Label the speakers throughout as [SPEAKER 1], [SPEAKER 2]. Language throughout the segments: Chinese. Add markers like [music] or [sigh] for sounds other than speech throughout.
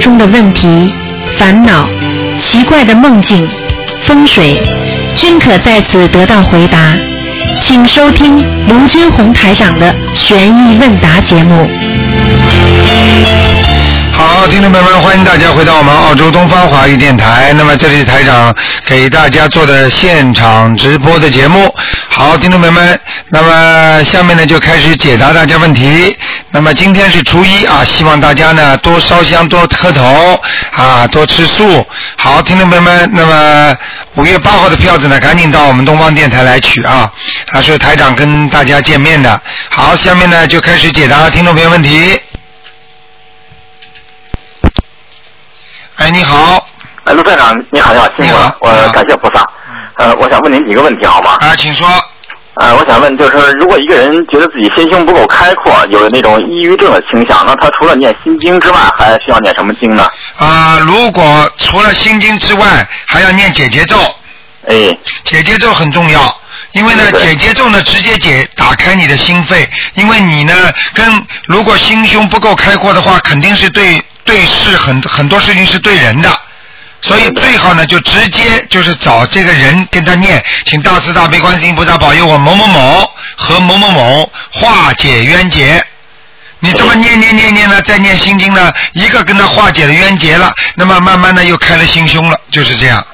[SPEAKER 1] 中的问题、烦恼、奇怪的梦境、风水，均可在此得到回答。请收听卢军红台长的《悬疑问答》节目。
[SPEAKER 2] 好，听众朋友们，欢迎大家回到我们澳洲东方华语电台。那么这里是台长给大家做的现场直播的节目。好，听众朋友们，那么下面呢就开始解答大家问题。那么今天是初一啊，希望大家呢多烧香、多磕头啊，多吃素。好，听众朋友们，那么五月八号的票子呢，赶紧到我们东方电台来取啊，啊是台长跟大家见面的。好，下面呢就开始解答听众朋友问题。哎，你好，
[SPEAKER 3] 哎，卢站长，你好，你好，辛
[SPEAKER 2] 你
[SPEAKER 3] 苦了，我
[SPEAKER 2] 好嗯你好
[SPEAKER 3] 感谢菩萨。呃，我想问您几个问题，好吗？
[SPEAKER 2] 啊，请说。
[SPEAKER 3] 呃，我想问，就是如果一个人觉得自己心胸不够开阔，有那种抑郁症的倾向，那他除了念心经之外，还需要念什么经呢？
[SPEAKER 2] 啊、如果除了心经之外，还要念解结咒，
[SPEAKER 3] 哎，
[SPEAKER 2] 解结咒很重要。因为呢，
[SPEAKER 3] 对
[SPEAKER 2] 解结咒呢，直接解打开你的心肺。因为你呢，跟如果心胸不够开阔的话，肯定是对对事很很多事情是对人的。所以最好呢，就直接就是找这个人跟他念，请大慈大悲观世音菩萨保佑我某某某和某某某化解冤结。你这么念念念念呢，再念心经呢，一个跟他化解了冤结了，那么慢慢的又开了心胸了，就是这样。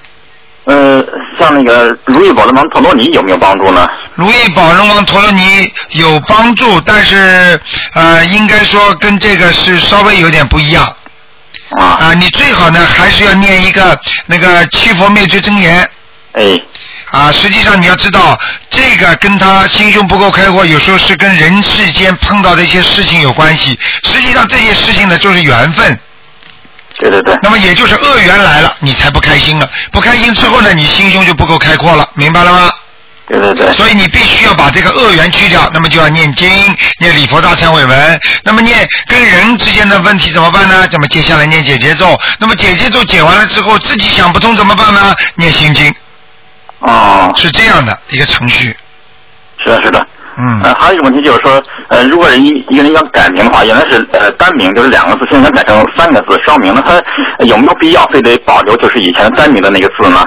[SPEAKER 3] 呃，像那个如意宝的芒陀罗尼有没有帮助呢？
[SPEAKER 2] 如意宝龙王陀罗尼有帮助，但是呃，应该说跟这个是稍微有点不一样啊、
[SPEAKER 3] 啊，
[SPEAKER 2] 你最好呢，还是要念一个那个七佛灭罪真言
[SPEAKER 3] 哎，
[SPEAKER 2] 啊、实际上你要知道，这个跟他心胸不够开阔，有时候是跟人世间碰到的一些事情有关系。实际上这些事情呢，就是缘分。
[SPEAKER 3] 对对对，
[SPEAKER 2] 那么也就是恶缘来了，你才不开心了。不开心之后呢，你心胸就不够开阔了，明白了吗？
[SPEAKER 3] 对对对，
[SPEAKER 2] 所以你必须要把这个恶缘去掉，那么就要念经，念礼佛大忏悔文。那么念跟人之间的问题怎么办呢？怎么接下来念解结咒？那么解结咒解完了之后，自己想不通怎么办呢？念心经
[SPEAKER 3] 哦，
[SPEAKER 2] 是这样的一个程序。
[SPEAKER 3] 是的，是的。
[SPEAKER 2] 嗯
[SPEAKER 3] 呃，还有一个问题就是说，呃，如果人一一个人要改名的话，原来是呃单名，就是两个字，现在改成三个字双名，那他呃有没有必要非得保留就是以前单名的那个字呢？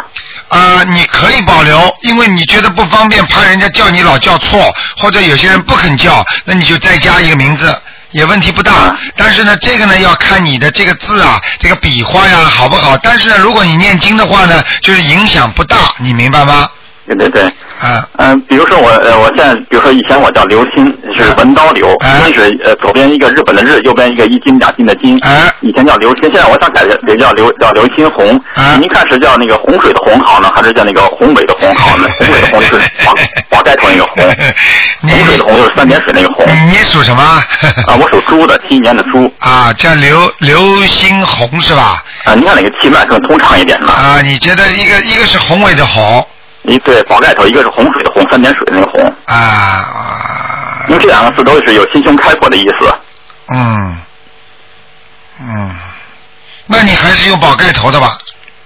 [SPEAKER 2] 啊、你可以保留，因为你觉得不方便，怕人家叫你老叫错，或者有些人不肯叫，那你就再加一个名字，也问题不大
[SPEAKER 3] 啊。
[SPEAKER 2] 但是呢，这个呢要看你的这个字啊，这个笔画呀好不好。但是呢，如果你念经的话呢，就是影响不大，你明白吗？
[SPEAKER 3] 对对对，
[SPEAKER 2] 啊、
[SPEAKER 3] 嗯、比如说我呃，我现在比如说以前我叫刘鑫，是文刀刘，
[SPEAKER 2] 哎
[SPEAKER 3] 鑫是呃左边一个日本的日，右边一个一斤两斤的斤。
[SPEAKER 2] 哎
[SPEAKER 3] 以前叫刘鑫，现在我想改也叫刘叫刘鑫红。
[SPEAKER 2] 哎
[SPEAKER 3] 您看是叫那个洪水的洪好呢，还是叫那个宏伟的宏好呢？宏伟的宏是华华盖头那个宏，
[SPEAKER 2] [laughs] 你
[SPEAKER 3] 洪水的洪就是三点水那个洪。
[SPEAKER 2] 你你属什么？
[SPEAKER 3] 啊，我属猪的，七一年的猪。
[SPEAKER 2] [laughs] 啊，叫刘刘星红是吧？
[SPEAKER 3] 啊，你看哪个气脉更通畅一点呢？
[SPEAKER 2] 啊，你觉得一个一个是宏伟的宏
[SPEAKER 3] 一对宝盖头，一个是洪水的洪，三点水的那个洪。
[SPEAKER 2] 啊啊，
[SPEAKER 3] 您这两个字都是有心胸开阔的意思。
[SPEAKER 2] 嗯，嗯，那你还是用宝盖头的吧，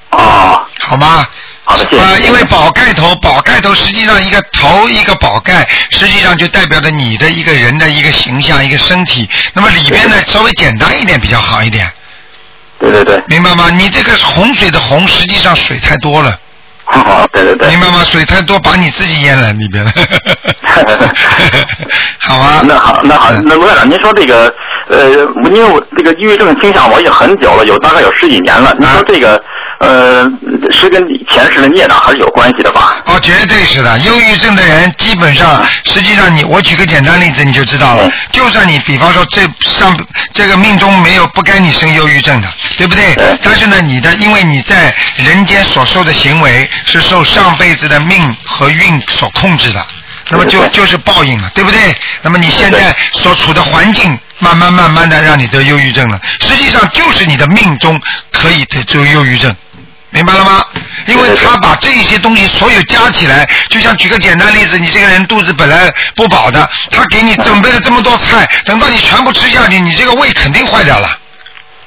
[SPEAKER 3] 啊，
[SPEAKER 2] 好吗？
[SPEAKER 3] 好的，谢谢。
[SPEAKER 2] 啊，因为宝盖头，宝盖头实际上一个头一个宝盖，实际上就代表着你的一个人的一个形象、一个身体。那么里边呢，稍微简单一点比较好一点，
[SPEAKER 3] 对对对，
[SPEAKER 2] 明白吗？你这个洪水的洪，实际上水太多了，
[SPEAKER 3] 好，对对对
[SPEAKER 2] 明。白吗？水太多，把你自己淹了里
[SPEAKER 3] [laughs]
[SPEAKER 2] 边了，好啊。
[SPEAKER 3] 那好，那好，那罗院长，您说这个，呃，因为我这个抑郁症倾向我已经很久了，有大概有十几年了。
[SPEAKER 2] 啊
[SPEAKER 3] 您说这个，呃，是跟前世的孽障还是有关系的吧？
[SPEAKER 2] 哦，绝对是的。忧郁症的人基本上，实际上你，我举个简单例子你就知道了
[SPEAKER 3] 嗯。
[SPEAKER 2] 就算你比方说这上这个命中没有不该你生忧郁症的，对不对
[SPEAKER 3] 对？
[SPEAKER 2] 但是呢，你的因为你在人间所受的行为是受上辈子的命和运所控制的，那么就
[SPEAKER 3] 对对
[SPEAKER 2] 就是报应了，对不对？那么你现在所处的环境，慢慢慢慢的让你得忧郁症了，实际上就是你的命中可以得得忧郁症。明白了吗？因为他把这些东西所有加起来，就像举个简单例子，你这个人肚子本来不饱的，他给你准备了这么多菜，等到你全部吃下去，你这个胃肯定坏掉了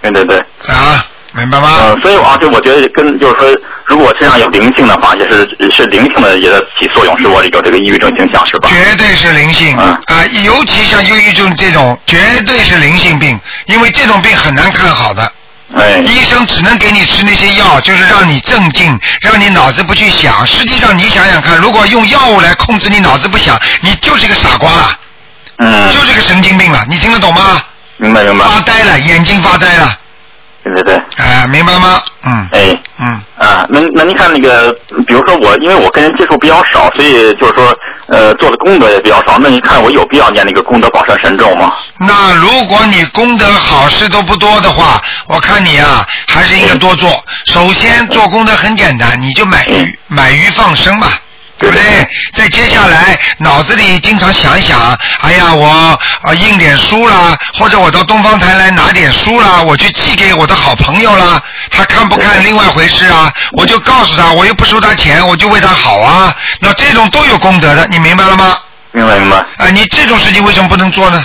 [SPEAKER 3] 对对对。
[SPEAKER 2] 啊，明白吗？
[SPEAKER 3] 嗯，所以我啊，就我觉得跟就是说，如果我身上有灵性的话，也是是灵性的也在起作用，是我有这个抑郁症倾向是吧？
[SPEAKER 2] 绝对是灵性
[SPEAKER 3] 嗯
[SPEAKER 2] 啊、尤其像忧郁症这种，绝对是灵性病，因为这种病很难看好的。
[SPEAKER 3] 哎，
[SPEAKER 2] 生只能给你吃那些药，就是让你镇静，让你脑子不去想。实际上你想想看，如果用药物来控制你脑子不想，你就是个傻瓜了，
[SPEAKER 3] 嗯，
[SPEAKER 2] 就是啊个神经病了。你听得懂吗？
[SPEAKER 3] 明白明白，
[SPEAKER 2] 发呆了，眼睛发呆了，
[SPEAKER 3] 对对对，
[SPEAKER 2] 哎、明白吗？嗯
[SPEAKER 3] 哎。
[SPEAKER 2] 嗯，
[SPEAKER 3] 啊，那那您看那个，比如说我，因为我跟人接触比较少，所以就是说，呃，做的功德也比较少。那您看我有必要念那个功德宝山神咒吗？
[SPEAKER 2] 那如果你功德好事都不多的话，我看你啊还是应该多做。首先做功德很简单，你就买鱼，买鱼放生嘛。对不对？再接下来，脑子里经常想一想，哎呀，我啊、呃印点书啦，或者我到东方台来拿点书啦，我去寄给我的好朋友啦，他看不看另外回事啊？我就告诉他，我又不收他钱，我就为他好啊。那这种都有功德的，你明白了吗？
[SPEAKER 3] 明白明白，
[SPEAKER 2] 啊，你这种事情为什么不能做呢？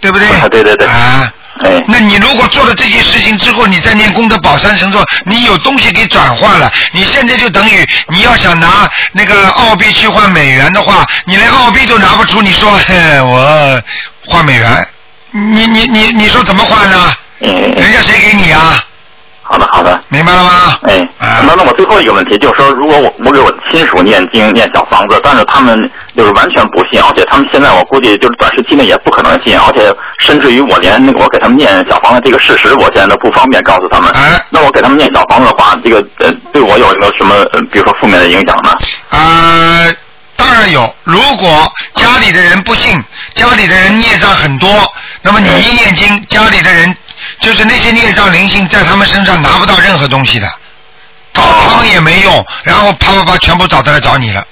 [SPEAKER 2] 对不对？
[SPEAKER 3] 啊对对对
[SPEAKER 2] 啊，
[SPEAKER 3] 哎，
[SPEAKER 2] 那你如果做了这些事情之后，你再念功德宝山神咒，你有东西给转换了。你现在就等于你要想拿那个澳币去换美元的话，你连澳币都拿不出，你说嘿我换美元，你你你你说怎么换呢？
[SPEAKER 3] 嗯，
[SPEAKER 2] 人家谁给你啊？
[SPEAKER 3] 好的好的，
[SPEAKER 2] 明白了吗？
[SPEAKER 3] 哎，
[SPEAKER 2] 啊
[SPEAKER 3] 那那我最后一个问题就是说，如果我我给我亲属念经念小房子，但是他们就是完全不信，而且他们现在我估计就是短时期内也不可能信，而且甚至于我连那个我给他们念小房子这个事实，我现在都不方便告诉他们。
[SPEAKER 2] 哎
[SPEAKER 3] 那我给他们念小房子的话，这个呃对我有没有什么呃比如说负面的影响呢？
[SPEAKER 2] 呃，当然有。如果家里的人不信，家里的人孽障很多，那么你一念经，家里的人就是那些孽障灵性在他们身上拿不到任何东西的，找他们也没用，然后啪啪啪全部找他来找你了。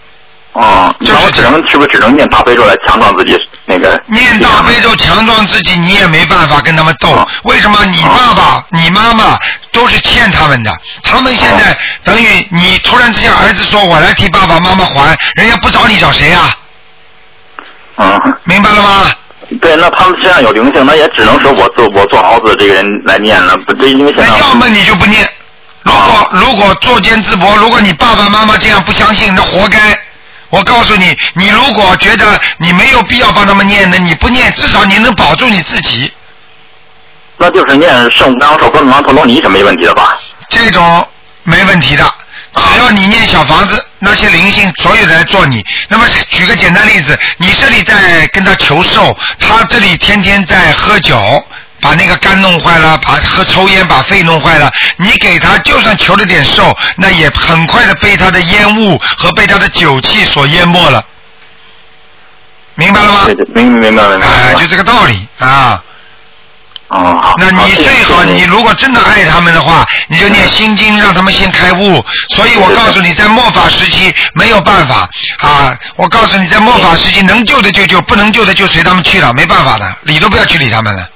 [SPEAKER 3] 哦，
[SPEAKER 2] 就是
[SPEAKER 3] 那我只能是不是只能念大悲咒来强壮自己那个？
[SPEAKER 2] 念大悲咒强壮自己，你也没办法跟他们斗
[SPEAKER 3] 哦。
[SPEAKER 2] 为什么？你爸爸、你妈妈都是欠他们的，他们现在
[SPEAKER 3] 哦
[SPEAKER 2] 等于你突然之间儿子说我来替爸爸妈妈还，人家不找你找谁啊？
[SPEAKER 3] 嗯，
[SPEAKER 2] 明白了吗？
[SPEAKER 3] 对，那他们身上有灵性，那也只能说我做我做儿子这个人来念了，不，这啊因为现
[SPEAKER 2] 那
[SPEAKER 3] 在
[SPEAKER 2] 要么你就不念，如果如果作奸自博，如果你爸爸妈妈这样不相信，那活该。我告诉你，你如果觉得你没有必要帮他们念，那你不念，至少你能保住你自己。
[SPEAKER 3] 那就是念圣无量寿观王陀罗尼是没问题的吧？
[SPEAKER 2] 这种没问题的，只要你念小房子，那些灵性所有的来做你。那么举个简单例子，你这里在跟他求寿，他这里天天在喝酒。把那个肝弄坏了，把喝抽烟把肺弄坏了，你给他就算求了点寿，那也很快的被他的烟雾和被他的酒气所淹没了，明白了吗
[SPEAKER 3] 对？对，明明白明白。
[SPEAKER 2] 哎、
[SPEAKER 3] 明白
[SPEAKER 2] 就这个道理啊。
[SPEAKER 3] 哦好。
[SPEAKER 2] 那你
[SPEAKER 3] 谢谢
[SPEAKER 2] 最好，
[SPEAKER 3] 谢谢
[SPEAKER 2] 你如果真的爱他们的话，你就念心经，让他们先开悟。所以我告诉你，在末法时期没有办法啊！我告诉你，在末法时期能救的就救，不能救的就随他们去了，没办法的，理都不要去理他们了。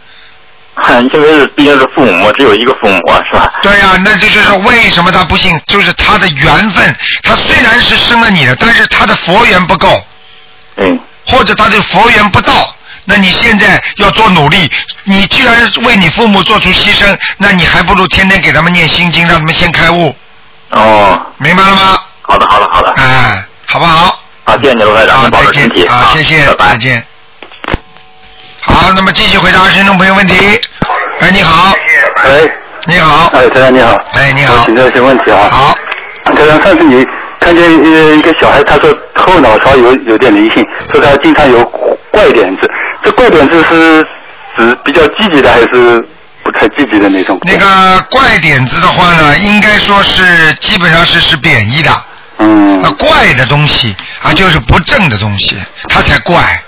[SPEAKER 3] [laughs] 因为是毕竟是父母，只有一个父母啊是吧？
[SPEAKER 2] 对呀、那这就是说为什么他不信，就是他的缘分。他虽然是生了你的，但是他的佛缘不够，
[SPEAKER 3] 对，
[SPEAKER 2] 或者他的佛缘不到。那你现在要做努力，你既然为你父母做出牺牲，那你还不如天天给他们念心经，让他们先开悟。
[SPEAKER 3] 哦，
[SPEAKER 2] 明白了吗？
[SPEAKER 3] 好的好的好的，
[SPEAKER 2] 哎，好不好？
[SPEAKER 3] 好，谢谢你罗台长，
[SPEAKER 2] 啊，
[SPEAKER 3] 您保
[SPEAKER 2] 再
[SPEAKER 3] 重身体
[SPEAKER 2] 见啊，谢谢
[SPEAKER 3] 拜，拜
[SPEAKER 2] 再。见。好，那么继续回答听众朋友问题。哎，你好，
[SPEAKER 4] 喂，
[SPEAKER 2] 你好，
[SPEAKER 4] 哎，台长你好，
[SPEAKER 2] 哎，你
[SPEAKER 4] 我
[SPEAKER 2] 好
[SPEAKER 4] 请，教一些问题啊。
[SPEAKER 2] 好，
[SPEAKER 4] 台长，上次你看见呃一一个小孩，他说后脑勺有有点灵性，说他经常有怪点子，这怪点子是指比较积极的还是不太积极的那种？
[SPEAKER 2] 那，个怪点子的话呢，应该说是基本上是是贬义的，
[SPEAKER 4] 嗯
[SPEAKER 2] 那，怪的东西啊，就是不正的东西，它才怪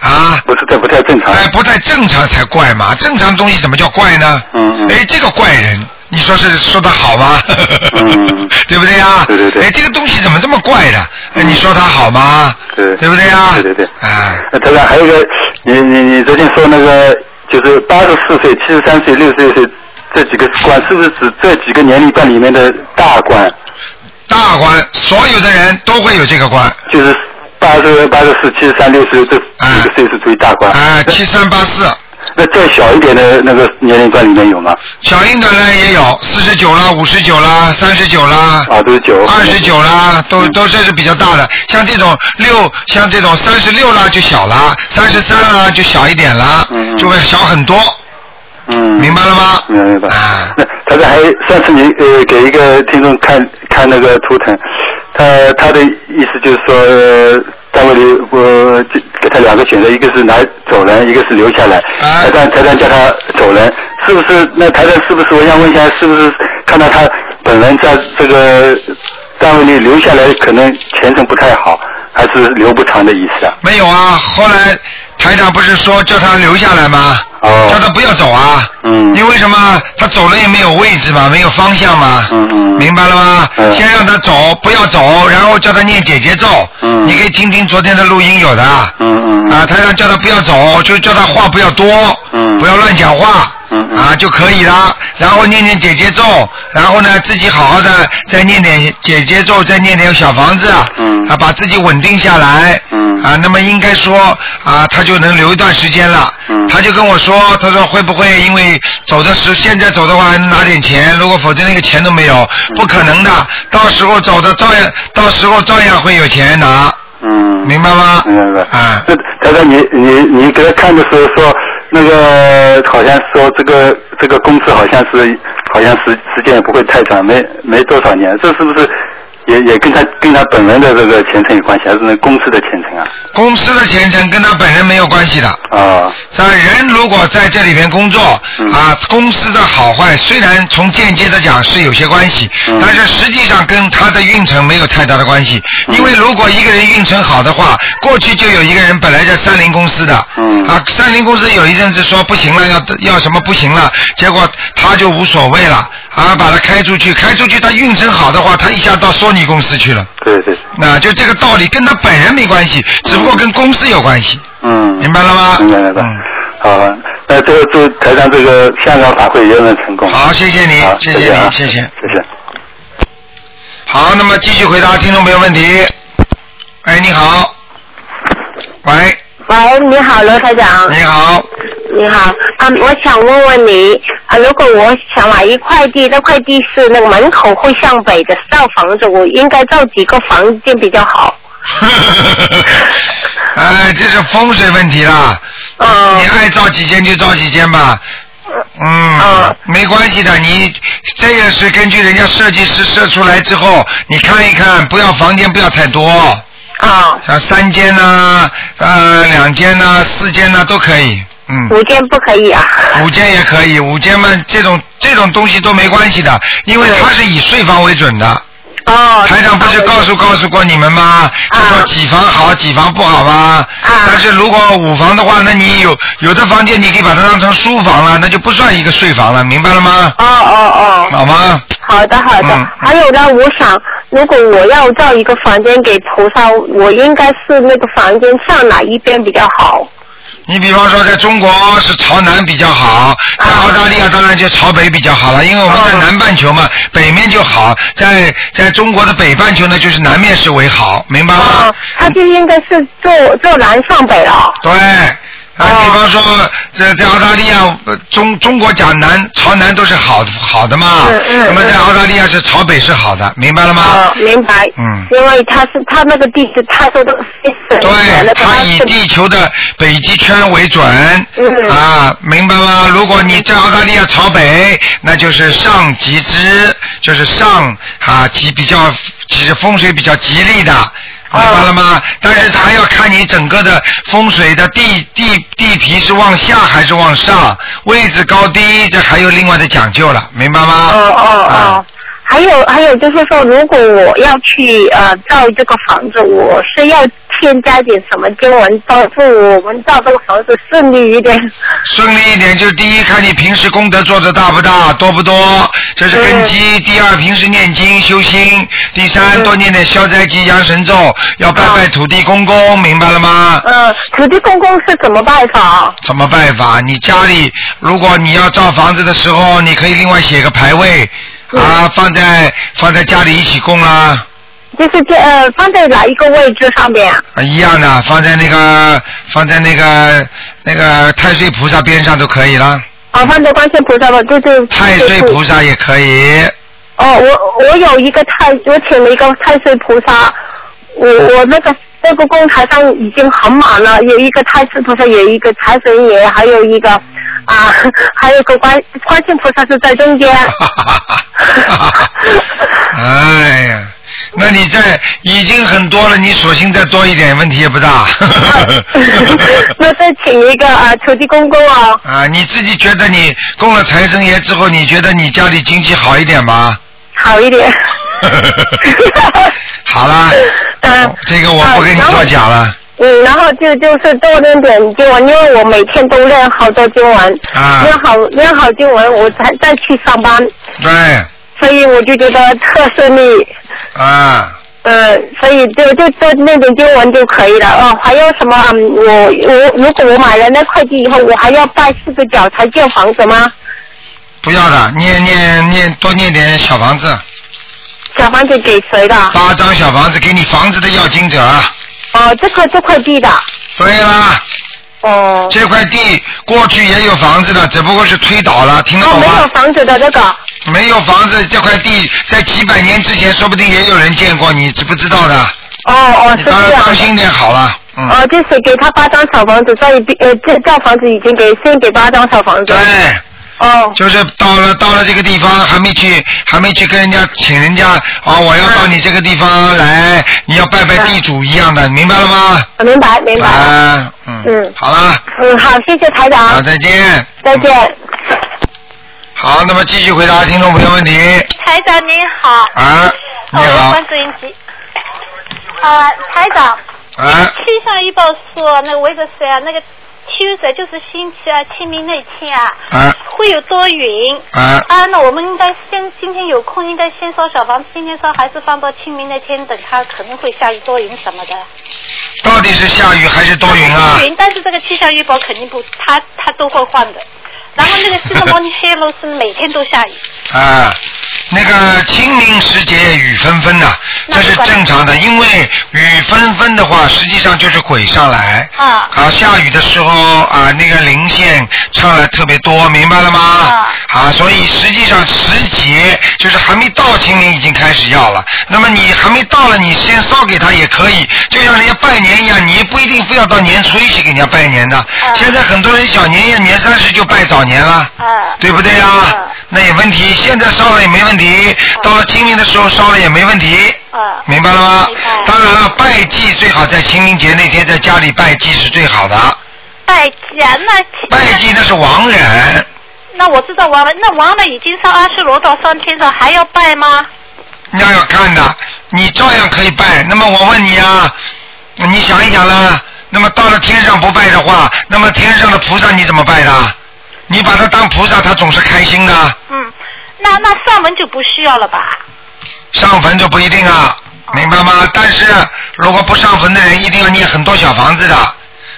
[SPEAKER 2] 啊。
[SPEAKER 4] 不是太不太正常。
[SPEAKER 2] 哎，不太正常才怪嘛，正常东西怎么叫怪呢？
[SPEAKER 4] 嗯嗯
[SPEAKER 2] 哎，这个怪人，你说是说他好吗？
[SPEAKER 4] 嗯
[SPEAKER 2] [laughs] 对不对呀？
[SPEAKER 4] 对对对
[SPEAKER 2] 哎，这个东西怎么这么怪的？哎，
[SPEAKER 4] 嗯
[SPEAKER 2] 你说他好吗？
[SPEAKER 4] 对
[SPEAKER 2] 对不对呀？
[SPEAKER 4] 嗯对对对
[SPEAKER 2] 哎，
[SPEAKER 4] 呃台长，还有一个，你你你昨天说那个就是八十四岁、七十三岁、六十六岁这几个官，是不是指这几个年龄段里面的大官？
[SPEAKER 2] 大官，所有的人都会有这个官。
[SPEAKER 4] 就是八十八十四、七十三、六十这
[SPEAKER 2] 哎
[SPEAKER 4] 几个岁是最大关。
[SPEAKER 2] 哎，七三八四，
[SPEAKER 4] 那再小一点的那个年龄段里面有吗？
[SPEAKER 2] 小英的呢也有四十九啦、五十九啦、三十九啦。
[SPEAKER 4] 啊，都是九。嗯
[SPEAKER 2] 二十。九啦，都都这是比较大的，像这种六，像这种三十六啦就小啦，三十三啦就小一点啦，
[SPEAKER 4] 嗯嗯
[SPEAKER 2] 就会小很多，
[SPEAKER 4] 嗯。
[SPEAKER 2] 明白了吗？
[SPEAKER 4] 明白明白
[SPEAKER 2] 啊。
[SPEAKER 4] 那他台长还上次你呃给一个听众看看那个图腾，他他的意思就是说、呃单位里我给给他两个选择，一个是拿走人，一个是留下来。
[SPEAKER 2] 啊
[SPEAKER 4] 台长台长叫他走人，是不是？那台长是不是？我想问一下，是不是看到他本人在这个单位里留下来，可能前程不太好，还是留不长的意思啊？
[SPEAKER 2] 没有啊，后来台长不是说叫他留下来吗？
[SPEAKER 4] 哦
[SPEAKER 2] 叫他不要走啊。
[SPEAKER 4] 嗯
[SPEAKER 2] 因为什么？他走了也没有位置嘛，没有方向嘛。
[SPEAKER 4] 嗯嗯
[SPEAKER 2] 明白了吗？
[SPEAKER 4] 嗯
[SPEAKER 2] 先让他走，不要走，然后叫他念姐姐咒。
[SPEAKER 4] 嗯
[SPEAKER 2] 你可以听听昨天的录音有的。
[SPEAKER 4] 嗯嗯
[SPEAKER 2] 啊，台长叫他不要走，就叫他话不要多，
[SPEAKER 4] 嗯
[SPEAKER 2] 不要乱讲话，
[SPEAKER 4] 嗯嗯
[SPEAKER 2] 啊就可以了。然后念念姐姐咒，然后呢自己好好的再念点姐姐咒，再念点小房子，
[SPEAKER 4] 嗯
[SPEAKER 2] 啊把自己稳定下来，
[SPEAKER 4] 嗯
[SPEAKER 2] 啊那么应该说啊他就能留一段时间了，
[SPEAKER 4] 嗯
[SPEAKER 2] 他就跟我说，他说会不会因为走的时现在走的话拿点钱，如果否则那个钱都没有，
[SPEAKER 4] 嗯
[SPEAKER 2] 不可能的，到时候走的照样，到时候照样会有钱拿，
[SPEAKER 4] 嗯
[SPEAKER 2] 明白吗？
[SPEAKER 4] 明白。
[SPEAKER 2] 啊。
[SPEAKER 4] 那台长，你你你给他看的时候说，那个好像说这个这个工资好像是好像时时间也不会太长，没没多少年，这是不是也也跟他跟他本人的这个前程有关系，还是那公司的前程啊？
[SPEAKER 2] 公司的前程跟他本人没有关系的。
[SPEAKER 4] 啊，
[SPEAKER 2] 但人如果在这里边工作
[SPEAKER 4] 嗯
[SPEAKER 2] 啊，公司的好坏虽然从间接的讲是有些关系
[SPEAKER 4] 嗯，
[SPEAKER 2] 但是实际上跟他的运程没有太大的关系。
[SPEAKER 4] 嗯
[SPEAKER 2] 因为如果一个人运程好的话，过去就有一个人本来在三菱公司的，
[SPEAKER 4] 嗯
[SPEAKER 2] 啊，三菱公司有一阵子说不行了，要要什么不行了，结果他就无所谓了啊，把他开出去，开出去他运程好的话，他一下到索尼公司去了。
[SPEAKER 4] 对对，
[SPEAKER 2] 那就这个道理跟他本人没关系，只不过跟公司有关系，
[SPEAKER 4] 嗯，
[SPEAKER 2] 明白了吗？
[SPEAKER 4] 明白明白。
[SPEAKER 2] 嗯
[SPEAKER 4] 好，那这个祝台长这个香港法会也能成功。
[SPEAKER 2] 好，谢谢你
[SPEAKER 4] 好，，
[SPEAKER 2] 谢
[SPEAKER 4] 谢
[SPEAKER 2] 谢
[SPEAKER 4] 啊
[SPEAKER 2] 你，谢谢。
[SPEAKER 4] 谢谢。
[SPEAKER 2] 好，那么继续回答听众朋友问题。哎，你好。喂，
[SPEAKER 5] 喂，你好，罗台长，
[SPEAKER 2] 你好。 [laughs]
[SPEAKER 5] 你好，啊，我想问问你，啊，如果我想买一块地，那块地是那个门口会向北的造房子，我应该造几个房间比较好？
[SPEAKER 2] 哎，这是风水问题啦。
[SPEAKER 4] 哦
[SPEAKER 5] 嗯
[SPEAKER 2] 你爱造几间就造几间吧。嗯
[SPEAKER 4] 哦
[SPEAKER 5] 嗯，
[SPEAKER 2] 没关系的，你这个是根据人家设计师设出来之后，你看一看，不要房间不要太多。
[SPEAKER 5] 啊，
[SPEAKER 2] 像三间呐、呃，两间呐、四间呐、都可以，嗯，
[SPEAKER 5] 五间不可以啊？
[SPEAKER 2] 五间也可以，五间嘛，这种这种东西都没关系的，因为它是以睡房为准的。
[SPEAKER 5] 哦，
[SPEAKER 2] 台长不是告诉告诉过你们吗？就说几房好，几房不好吗？
[SPEAKER 5] 啊
[SPEAKER 2] 但是如果五房的话，那你有有的房间你可以把它当成书房了，那就不算一个睡房了，明白了吗？
[SPEAKER 5] 哦哦哦，
[SPEAKER 2] 好吗？
[SPEAKER 5] 好的好的。
[SPEAKER 2] 嗯
[SPEAKER 5] 还有呢，我想，如果我要造一个房间给菩萨，我应该是那个房间向哪一边比较好？
[SPEAKER 2] 你比方说，在中国是朝南比较好，在
[SPEAKER 5] 啊
[SPEAKER 2] 澳大利亚当然就朝北比较好了，因为我们在南半球嘛，北面就好，在在中国的北半球呢，就是南面是为好，明白吗
[SPEAKER 5] 哦？，他就应该是坐坐南向北了。
[SPEAKER 2] 对。啊，
[SPEAKER 5] 哦
[SPEAKER 2] 比方说，在在澳大利亚，呃中中国讲南朝南都是好好的嘛
[SPEAKER 5] 嗯，嗯
[SPEAKER 2] 那么在
[SPEAKER 5] 嗯
[SPEAKER 2] 澳大利亚是朝北是好的，明白了吗
[SPEAKER 5] 哦，？明白。
[SPEAKER 2] 嗯
[SPEAKER 5] 因为他是他那个地址，他说的是
[SPEAKER 2] 对，
[SPEAKER 5] 他
[SPEAKER 2] 它以地球的北极圈为准，
[SPEAKER 5] 嗯
[SPEAKER 2] 啊，明白吗？如果你在澳大利亚朝北，那就是上极之，就是上啊极比较，其实风水比较吉利的。明白了
[SPEAKER 5] 哦
[SPEAKER 2] 吗？但是还要看你整个的风水的地地地皮是往下还是往上，位置高低，这还有另外的讲究了，明白吗？
[SPEAKER 5] 哦哦
[SPEAKER 2] 啊
[SPEAKER 5] 哦。还有还有就是说，如果我要去呃造这个房子，我是要添加点什么经文，帮助我们造这个房子顺利一点。 [laughs]
[SPEAKER 2] 顺利一点，就是第一看你平时功德做的大不大，多不多，这是根基；第二，平时念经修心；第三，
[SPEAKER 5] 嗯
[SPEAKER 2] 多念点消灾吉祥神咒，要拜拜土地公公，明白了吗？
[SPEAKER 5] 呃，土地公公是怎么拜法？
[SPEAKER 2] 怎么拜法？你家里如果你要造房子的时候，你可以另外写个牌位啊，放在放在家里一起供啊啦，
[SPEAKER 5] 就是这呃放在哪一个位置上面啊？
[SPEAKER 2] 啊一样的，放在那个放在那个那个太岁菩萨边上都可以啦，
[SPEAKER 5] 啊，放在观世菩萨吧，对对。
[SPEAKER 2] 太岁菩萨也可以。
[SPEAKER 5] 哦，我我有一个太，我请了一个太岁菩萨，我我那个那个供台上已经很满了，有一个太岁菩萨，有一个财神爷，还有一个
[SPEAKER 6] 啊， [laughs] 还有个观观世菩萨是在中间。
[SPEAKER 2] [laughs] 哎呀，那你在已经很多了，你索性再多一点，问题也不大。 [laughs]
[SPEAKER 6] 那再请一个啊，土地公公哦，
[SPEAKER 2] 啊，你自己觉得你供了财神爷之后，你觉得你家里经济好一点吗？
[SPEAKER 6] 好一点。
[SPEAKER 2] 好啦，
[SPEAKER 6] 嗯
[SPEAKER 2] 这个我不跟你
[SPEAKER 6] 啊然后
[SPEAKER 2] 作假了。
[SPEAKER 6] 嗯，然后就就是多练点经文，因为我每天都练好多经文，
[SPEAKER 2] 啊
[SPEAKER 6] 练好练好经文，我才再去上班，
[SPEAKER 2] 对，
[SPEAKER 6] 所以我就觉得特顺利。
[SPEAKER 2] 啊。
[SPEAKER 6] 呃，所以就就就那点经文就可以了。哦，还有什么？嗯、我我如果我买了那块地以后，我还要拜四个角才建房子吗？
[SPEAKER 2] 不要的，念念念，多念点小房子，
[SPEAKER 6] 小房子给谁的？
[SPEAKER 2] 八张小房子给你房子的要经者。
[SPEAKER 6] 哦，这块这块地的。
[SPEAKER 2] 对啦，
[SPEAKER 6] 哦。
[SPEAKER 2] 这块地过去也有房子的，只不过是推倒了，听得
[SPEAKER 6] 哦，
[SPEAKER 2] 懂
[SPEAKER 6] 没有
[SPEAKER 2] 吗？
[SPEAKER 6] 房子的那个。
[SPEAKER 2] 没有房子，这块地在几百年之前，说不定也有人见过，你知不知道的？
[SPEAKER 6] 哦哦，
[SPEAKER 2] 你
[SPEAKER 6] 是
[SPEAKER 2] 当
[SPEAKER 6] 这
[SPEAKER 2] 然
[SPEAKER 6] 样
[SPEAKER 2] 当
[SPEAKER 6] 的。
[SPEAKER 2] 心点好了，嗯，
[SPEAKER 6] 哦，就是给他八张小房子，所以呃，这造房子已经给先给八张小房子。
[SPEAKER 2] 对。。
[SPEAKER 6] 哦
[SPEAKER 2] 就是到了到了这个地方，还没去，还没去跟人家请人家哦，我要到你这个地方来，你要拜拜地主一样的，明白了吗？
[SPEAKER 6] 我明白嗯明白。
[SPEAKER 2] 啊，嗯，
[SPEAKER 6] 嗯
[SPEAKER 2] 好了，
[SPEAKER 6] 嗯，好，谢谢台
[SPEAKER 2] 好，
[SPEAKER 6] 长，
[SPEAKER 2] 再见。嗯
[SPEAKER 6] 再见。
[SPEAKER 2] 好，那么继续回答听众朋友问题。
[SPEAKER 7] 台长您好，哦
[SPEAKER 2] 啊，你
[SPEAKER 7] 我
[SPEAKER 2] 好
[SPEAKER 7] 关，注音机。啊，台长，
[SPEAKER 2] 啊，
[SPEAKER 7] 气象预报说那个维克斯啊，那个 Tuesday 就是星期二清明那天啊，
[SPEAKER 2] 啊，
[SPEAKER 7] 会有多云。
[SPEAKER 2] 啊，
[SPEAKER 7] 啊，那我们应该先今天有空，应该先烧小房子，今天烧还是放到清明那天，等它可能会下雨多云什么的。
[SPEAKER 2] 到底是下雨还是多云啊
[SPEAKER 7] 多？云，但是这个气象预报肯定不，它它都会换的。然后那个西德摩尼黑楼是每天都下雨，
[SPEAKER 2] 啊，那个清明时节雨纷纷呐、这是正常的，因为雨纷纷的话，实际上就是鬼上来。
[SPEAKER 7] 啊
[SPEAKER 2] 啊，下雨的时候啊，那个零线上来特别多，明白了吗？
[SPEAKER 7] 啊
[SPEAKER 2] 啊，所以实际上时节就是还没到清明已经开始要了。那么你还没到了，你先烧给他也可以，就像人家拜年一样，你也不一定非要到年初一去给人家拜年的。现在很多人小年夜、年三十就拜早年了。
[SPEAKER 7] 啊
[SPEAKER 2] 对不对呀、
[SPEAKER 7] 嗯
[SPEAKER 2] 那也问题，现在烧了也没问题，到了清明的时候烧了也没问题，
[SPEAKER 7] 啊
[SPEAKER 2] 明白了吗
[SPEAKER 7] 明白？
[SPEAKER 2] 当然了，拜祭最好在清明节那天在家里拜祭是最好的，
[SPEAKER 7] 拜祭啊，那其
[SPEAKER 2] 拜祭那是亡人，
[SPEAKER 7] 那我知道完了，那完了已经上阿修罗道上天上还要拜吗？
[SPEAKER 2] 那要看的，你照样可以拜。那么我问你啊，你想一想啦，那么到了天上不拜的话，那么天上的菩萨你怎么拜的？你把他当菩萨，他总是开心的，
[SPEAKER 7] 嗯，那那上门就不需要了吧？
[SPEAKER 2] 上坟就不一定啊，
[SPEAKER 7] 哦
[SPEAKER 2] 明白吗？但是如果不上坟的人，一定要念很多小房子的，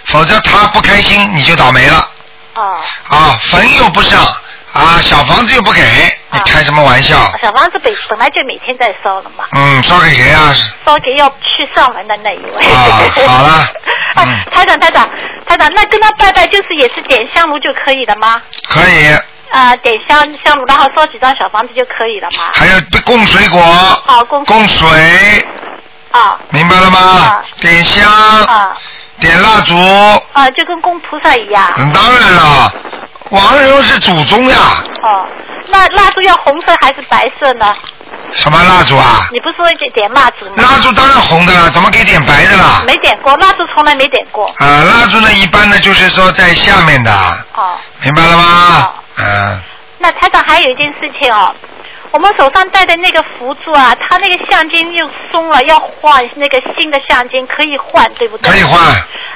[SPEAKER 2] 否则他不开心你就倒霉了
[SPEAKER 7] 哦，
[SPEAKER 2] 啊！坟又不上啊，小房子又不给，你
[SPEAKER 7] 啊
[SPEAKER 2] 开什么玩笑？
[SPEAKER 7] 小房子本本来就每天在烧了嘛，
[SPEAKER 2] 嗯，烧给谁啊？
[SPEAKER 7] 烧给要去上门的那一位。
[SPEAKER 2] 啊好了
[SPEAKER 7] [laughs] 啊
[SPEAKER 2] 嗯，
[SPEAKER 7] 台长台长台长，那跟他拜拜就是也是点香炉就可以了吗？
[SPEAKER 2] 可以，
[SPEAKER 7] 啊、点香香炉，然后烧几张小房子就可以了吗？
[SPEAKER 2] 还有供水果，
[SPEAKER 7] 啊，供
[SPEAKER 2] 供水，
[SPEAKER 7] 啊
[SPEAKER 2] 明白了吗
[SPEAKER 7] 啊？
[SPEAKER 2] 点香，
[SPEAKER 7] 啊
[SPEAKER 2] 点蜡烛，
[SPEAKER 7] 啊，就跟供菩萨一样。
[SPEAKER 2] 嗯当然了，王蓉是祖宗呀，
[SPEAKER 7] 哦，那蜡烛要红色还是白色呢？
[SPEAKER 2] 什么蜡烛啊？
[SPEAKER 7] 你不是说点点蜡烛吗？
[SPEAKER 2] 蜡烛当然红的了，怎么给点白的啦？
[SPEAKER 7] 没点过，蜡烛从来没点过。
[SPEAKER 2] 啊，蜡烛呢，一般呢就是说在下面的，
[SPEAKER 7] 哦，
[SPEAKER 2] 明白了吗？嗯、
[SPEAKER 7] 那台长还有一件事情哦，我们手上戴的那个佛珠啊，它那个橡筋又松了，要换那个新的橡筋，可以换对不对？
[SPEAKER 2] 可以。换，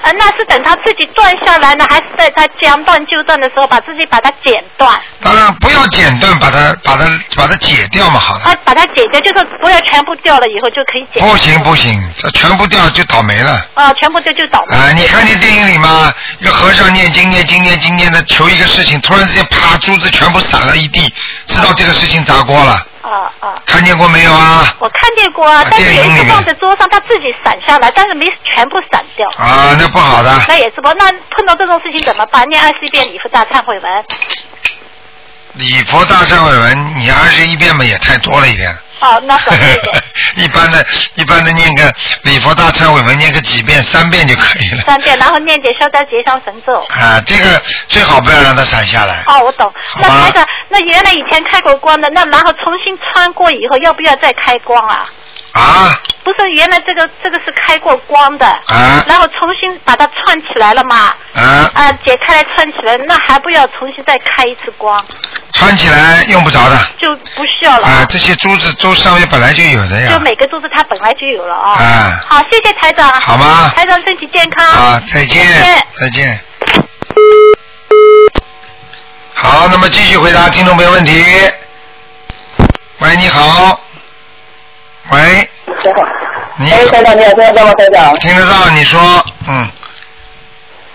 [SPEAKER 7] 呃，那是等它自己断下来呢，还是在它将断就断的时候，把自己把它剪断，
[SPEAKER 2] 当然不要剪断，把它把它把它解掉嘛，好
[SPEAKER 7] 啊
[SPEAKER 2] 了。，
[SPEAKER 7] 把它解掉，就是不要全部掉了以后就可以剪。
[SPEAKER 2] 不行不行，这全部掉就倒霉了。
[SPEAKER 7] 啊、全部掉就倒霉。
[SPEAKER 2] 啊、你看见电影里吗？一个和尚念经念经念经念的求一个事情，突然之间啪，珠子全部散了一地，知道这个事情砸锅了。
[SPEAKER 7] 啊啊。
[SPEAKER 2] 看见过没有啊？
[SPEAKER 7] 我看见过啊
[SPEAKER 2] 啊，
[SPEAKER 7] 但是有
[SPEAKER 2] 电影
[SPEAKER 7] 一
[SPEAKER 2] 里
[SPEAKER 7] 次
[SPEAKER 2] 面
[SPEAKER 7] 放在桌上，它自己散下来，但是没全部散掉。
[SPEAKER 2] 啊，那不好
[SPEAKER 7] [laughs]
[SPEAKER 2] 的。
[SPEAKER 7] 那也是不，那碰到这种事情怎么办？念二十一遍礼佛大忏悔文。
[SPEAKER 2] 礼佛大忏悔文，你二十一遍嘛也太多了一点。
[SPEAKER 7] 哦，那少
[SPEAKER 2] [laughs]
[SPEAKER 7] 一点，
[SPEAKER 2] 一般的，一般的念个礼佛大忏悔文，念个几遍，三遍就可以了。
[SPEAKER 7] 三遍，然后念点消灾吉祥神咒。
[SPEAKER 2] 啊，这个最好不要让它散下来。
[SPEAKER 7] 哦，我懂。那
[SPEAKER 2] 好吧
[SPEAKER 7] 那个，那原来以前开过光的，那然后重新穿过以后，要不要再开光啊？
[SPEAKER 2] 啊
[SPEAKER 7] 不是，原来这个这个是开过
[SPEAKER 2] [laughs]
[SPEAKER 7] 光的，
[SPEAKER 2] 啊
[SPEAKER 7] 然后重新把它串起来了嘛？
[SPEAKER 2] 啊！
[SPEAKER 7] 啊，解开来串起来，那还不要重新再开一次光，
[SPEAKER 2] 穿起来用不着的。
[SPEAKER 7] 就不需要了。
[SPEAKER 2] 啊，这些珠子都上面本来就有的
[SPEAKER 7] 就
[SPEAKER 2] 呀。
[SPEAKER 7] 每个珠子它本来就有了啊、
[SPEAKER 2] 啊
[SPEAKER 7] 好，谢谢台长。
[SPEAKER 2] 好吗
[SPEAKER 7] 台长身体健康。
[SPEAKER 2] 啊，再见
[SPEAKER 7] 再见，
[SPEAKER 2] 再见。好，那么继续回答听众朋友问题。喂，你好。喂，你
[SPEAKER 8] 哎，台长你好，听得到吗，台长？
[SPEAKER 2] 听得到？你说，嗯，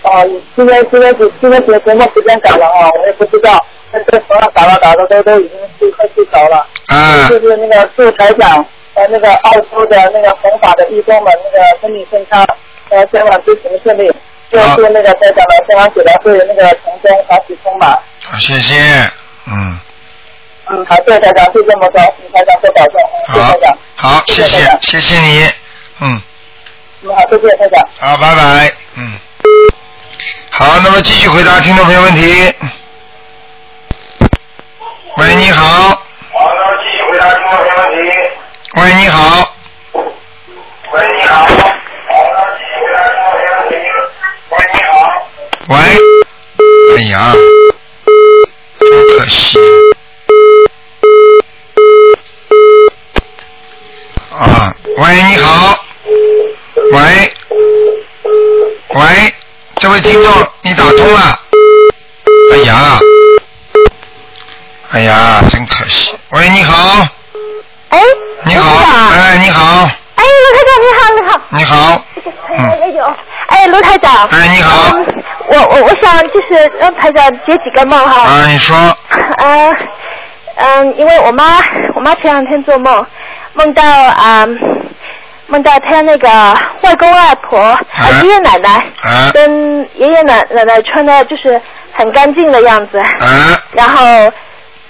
[SPEAKER 8] 哦，今天今天是今天节节目时间赶了啊，我也不知道，但是昨晚打了打的都都已经睡快睡着了。
[SPEAKER 2] 啊
[SPEAKER 8] 就是那个祝台长呃那个澳洲的那个红法的义工们那个身体健康，呃香港之行顺利。就
[SPEAKER 2] 好
[SPEAKER 8] 祝那个台长们香港解答会那个成功法喜充满。
[SPEAKER 2] 好谢谢，嗯，
[SPEAKER 8] 嗯，好，谢谢台长，就这么多，请台长多保重，嗯谢谢
[SPEAKER 2] 好
[SPEAKER 8] 台长，，
[SPEAKER 2] 好，谢
[SPEAKER 8] 谢谢
[SPEAKER 2] 谢
[SPEAKER 8] 台，长
[SPEAKER 2] 谢谢你，嗯，
[SPEAKER 8] 嗯，好，谢谢台长。
[SPEAKER 2] 好，拜拜，嗯。好，那么继续回答听众朋友问题。喂，你好。
[SPEAKER 9] 好，那继续回答听众朋友问题。
[SPEAKER 2] 喂，你好。
[SPEAKER 9] 喂，你好。好，那继续回答听众朋友问题。喂，你好。
[SPEAKER 2] 喂，哎呀，真可惜啊！喂，你好，喂，喂，这位听众，你打通了？哎呀，哎呀，真可惜。喂，你好，
[SPEAKER 7] 哦
[SPEAKER 5] 哎，
[SPEAKER 2] 你好，哎，你好，
[SPEAKER 5] 哎，卢台长你好，你好，
[SPEAKER 2] 你好，嗯，
[SPEAKER 5] 哎呦，哎，卢台长，
[SPEAKER 2] 哎，你好，
[SPEAKER 5] 嗯我我我想就是让台长解几个梦哈，
[SPEAKER 2] 啊，你说，
[SPEAKER 5] 呃， [laughs] 嗯，因为我妈我妈前两天做梦，梦到啊、嗯梦到她那个外公外婆、啊
[SPEAKER 2] 嗯
[SPEAKER 5] 爷爷奶奶
[SPEAKER 2] 啊
[SPEAKER 5] 跟爷爷奶奶奶穿的就是很干净的样子，
[SPEAKER 2] 啊
[SPEAKER 5] 然后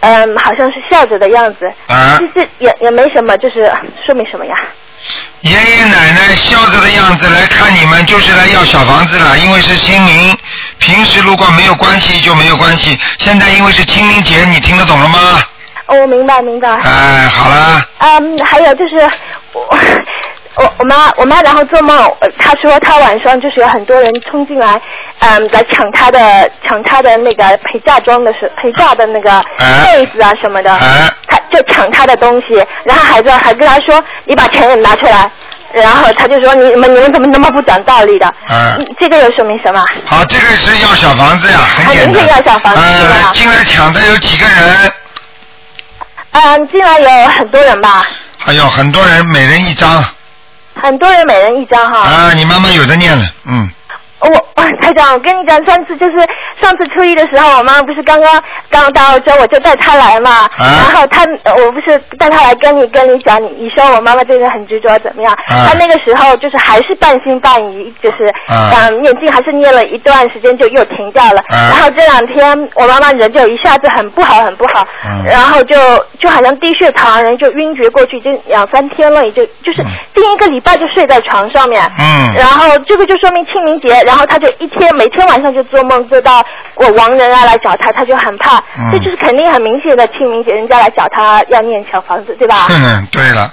[SPEAKER 5] 嗯好像是笑着的样子，
[SPEAKER 2] 啊
[SPEAKER 5] 其。实也也没什么，就是说明什么呀？
[SPEAKER 2] 爷爷奶奶笑着的样子来看你们，就是来要小房子了，因为是清明。平时如果没有关系就没有关系，现在因为是清明节，你听得懂了吗？
[SPEAKER 5] 哦，明白明白。
[SPEAKER 2] 哎，好了，
[SPEAKER 5] 嗯，还有就是我我我妈我妈然后做梦，呃她说她晚上就是有很多人冲进来，嗯，来抢她的抢她的那个陪嫁妆的是陪嫁的那个
[SPEAKER 2] 哎
[SPEAKER 5] 被子啊什么的，
[SPEAKER 2] 哎
[SPEAKER 5] 她就抢她的东西，然后还在还跟她说你把钱也拿出来，然后她就说你们你们怎么那么不讲道理的？
[SPEAKER 2] 哎
[SPEAKER 5] 嗯这个又说明什么？
[SPEAKER 2] 好，这个是要小房子呀，很简单。
[SPEAKER 5] 啊还是要小房子是吧
[SPEAKER 2] 呃，进来抢的有几个人？
[SPEAKER 5] 嗯，进来有很多人吧，
[SPEAKER 2] 还有很多人，每人一张。
[SPEAKER 5] 很多人每人一张哈。
[SPEAKER 2] 啊，你妈妈有的念了，嗯，
[SPEAKER 5] 我我哦台长，我跟你讲，上次就是上次初一的时候，我妈不是刚刚刚到澳洲，我就带她来嘛。
[SPEAKER 2] 啊
[SPEAKER 5] 然后她，我不是带她来跟你跟你讲，你你说我妈妈对你很执着怎么样？
[SPEAKER 2] 啊
[SPEAKER 5] 她那个时候就是还是半信半疑，就是
[SPEAKER 2] 啊
[SPEAKER 5] 嗯念经还是念了一段时间就又停掉了。
[SPEAKER 2] 啊
[SPEAKER 5] 然后这两天我妈妈人就一下子很不好很不好，
[SPEAKER 2] 嗯
[SPEAKER 5] 然后就就好像低血糖，人就晕厥过去，已经两三天了，也就就是
[SPEAKER 2] 嗯
[SPEAKER 5] 第一个礼拜就睡在床上面。
[SPEAKER 2] 嗯
[SPEAKER 5] 然后这个就说明清明节，然后他就一天每天晚上就做梦，做到我亡人啊来找他，他就很怕，
[SPEAKER 2] 嗯
[SPEAKER 5] 这就是肯定很明显的清明节人家来找他要念小房子，对吧？
[SPEAKER 2] 嗯， [laughs] 对了，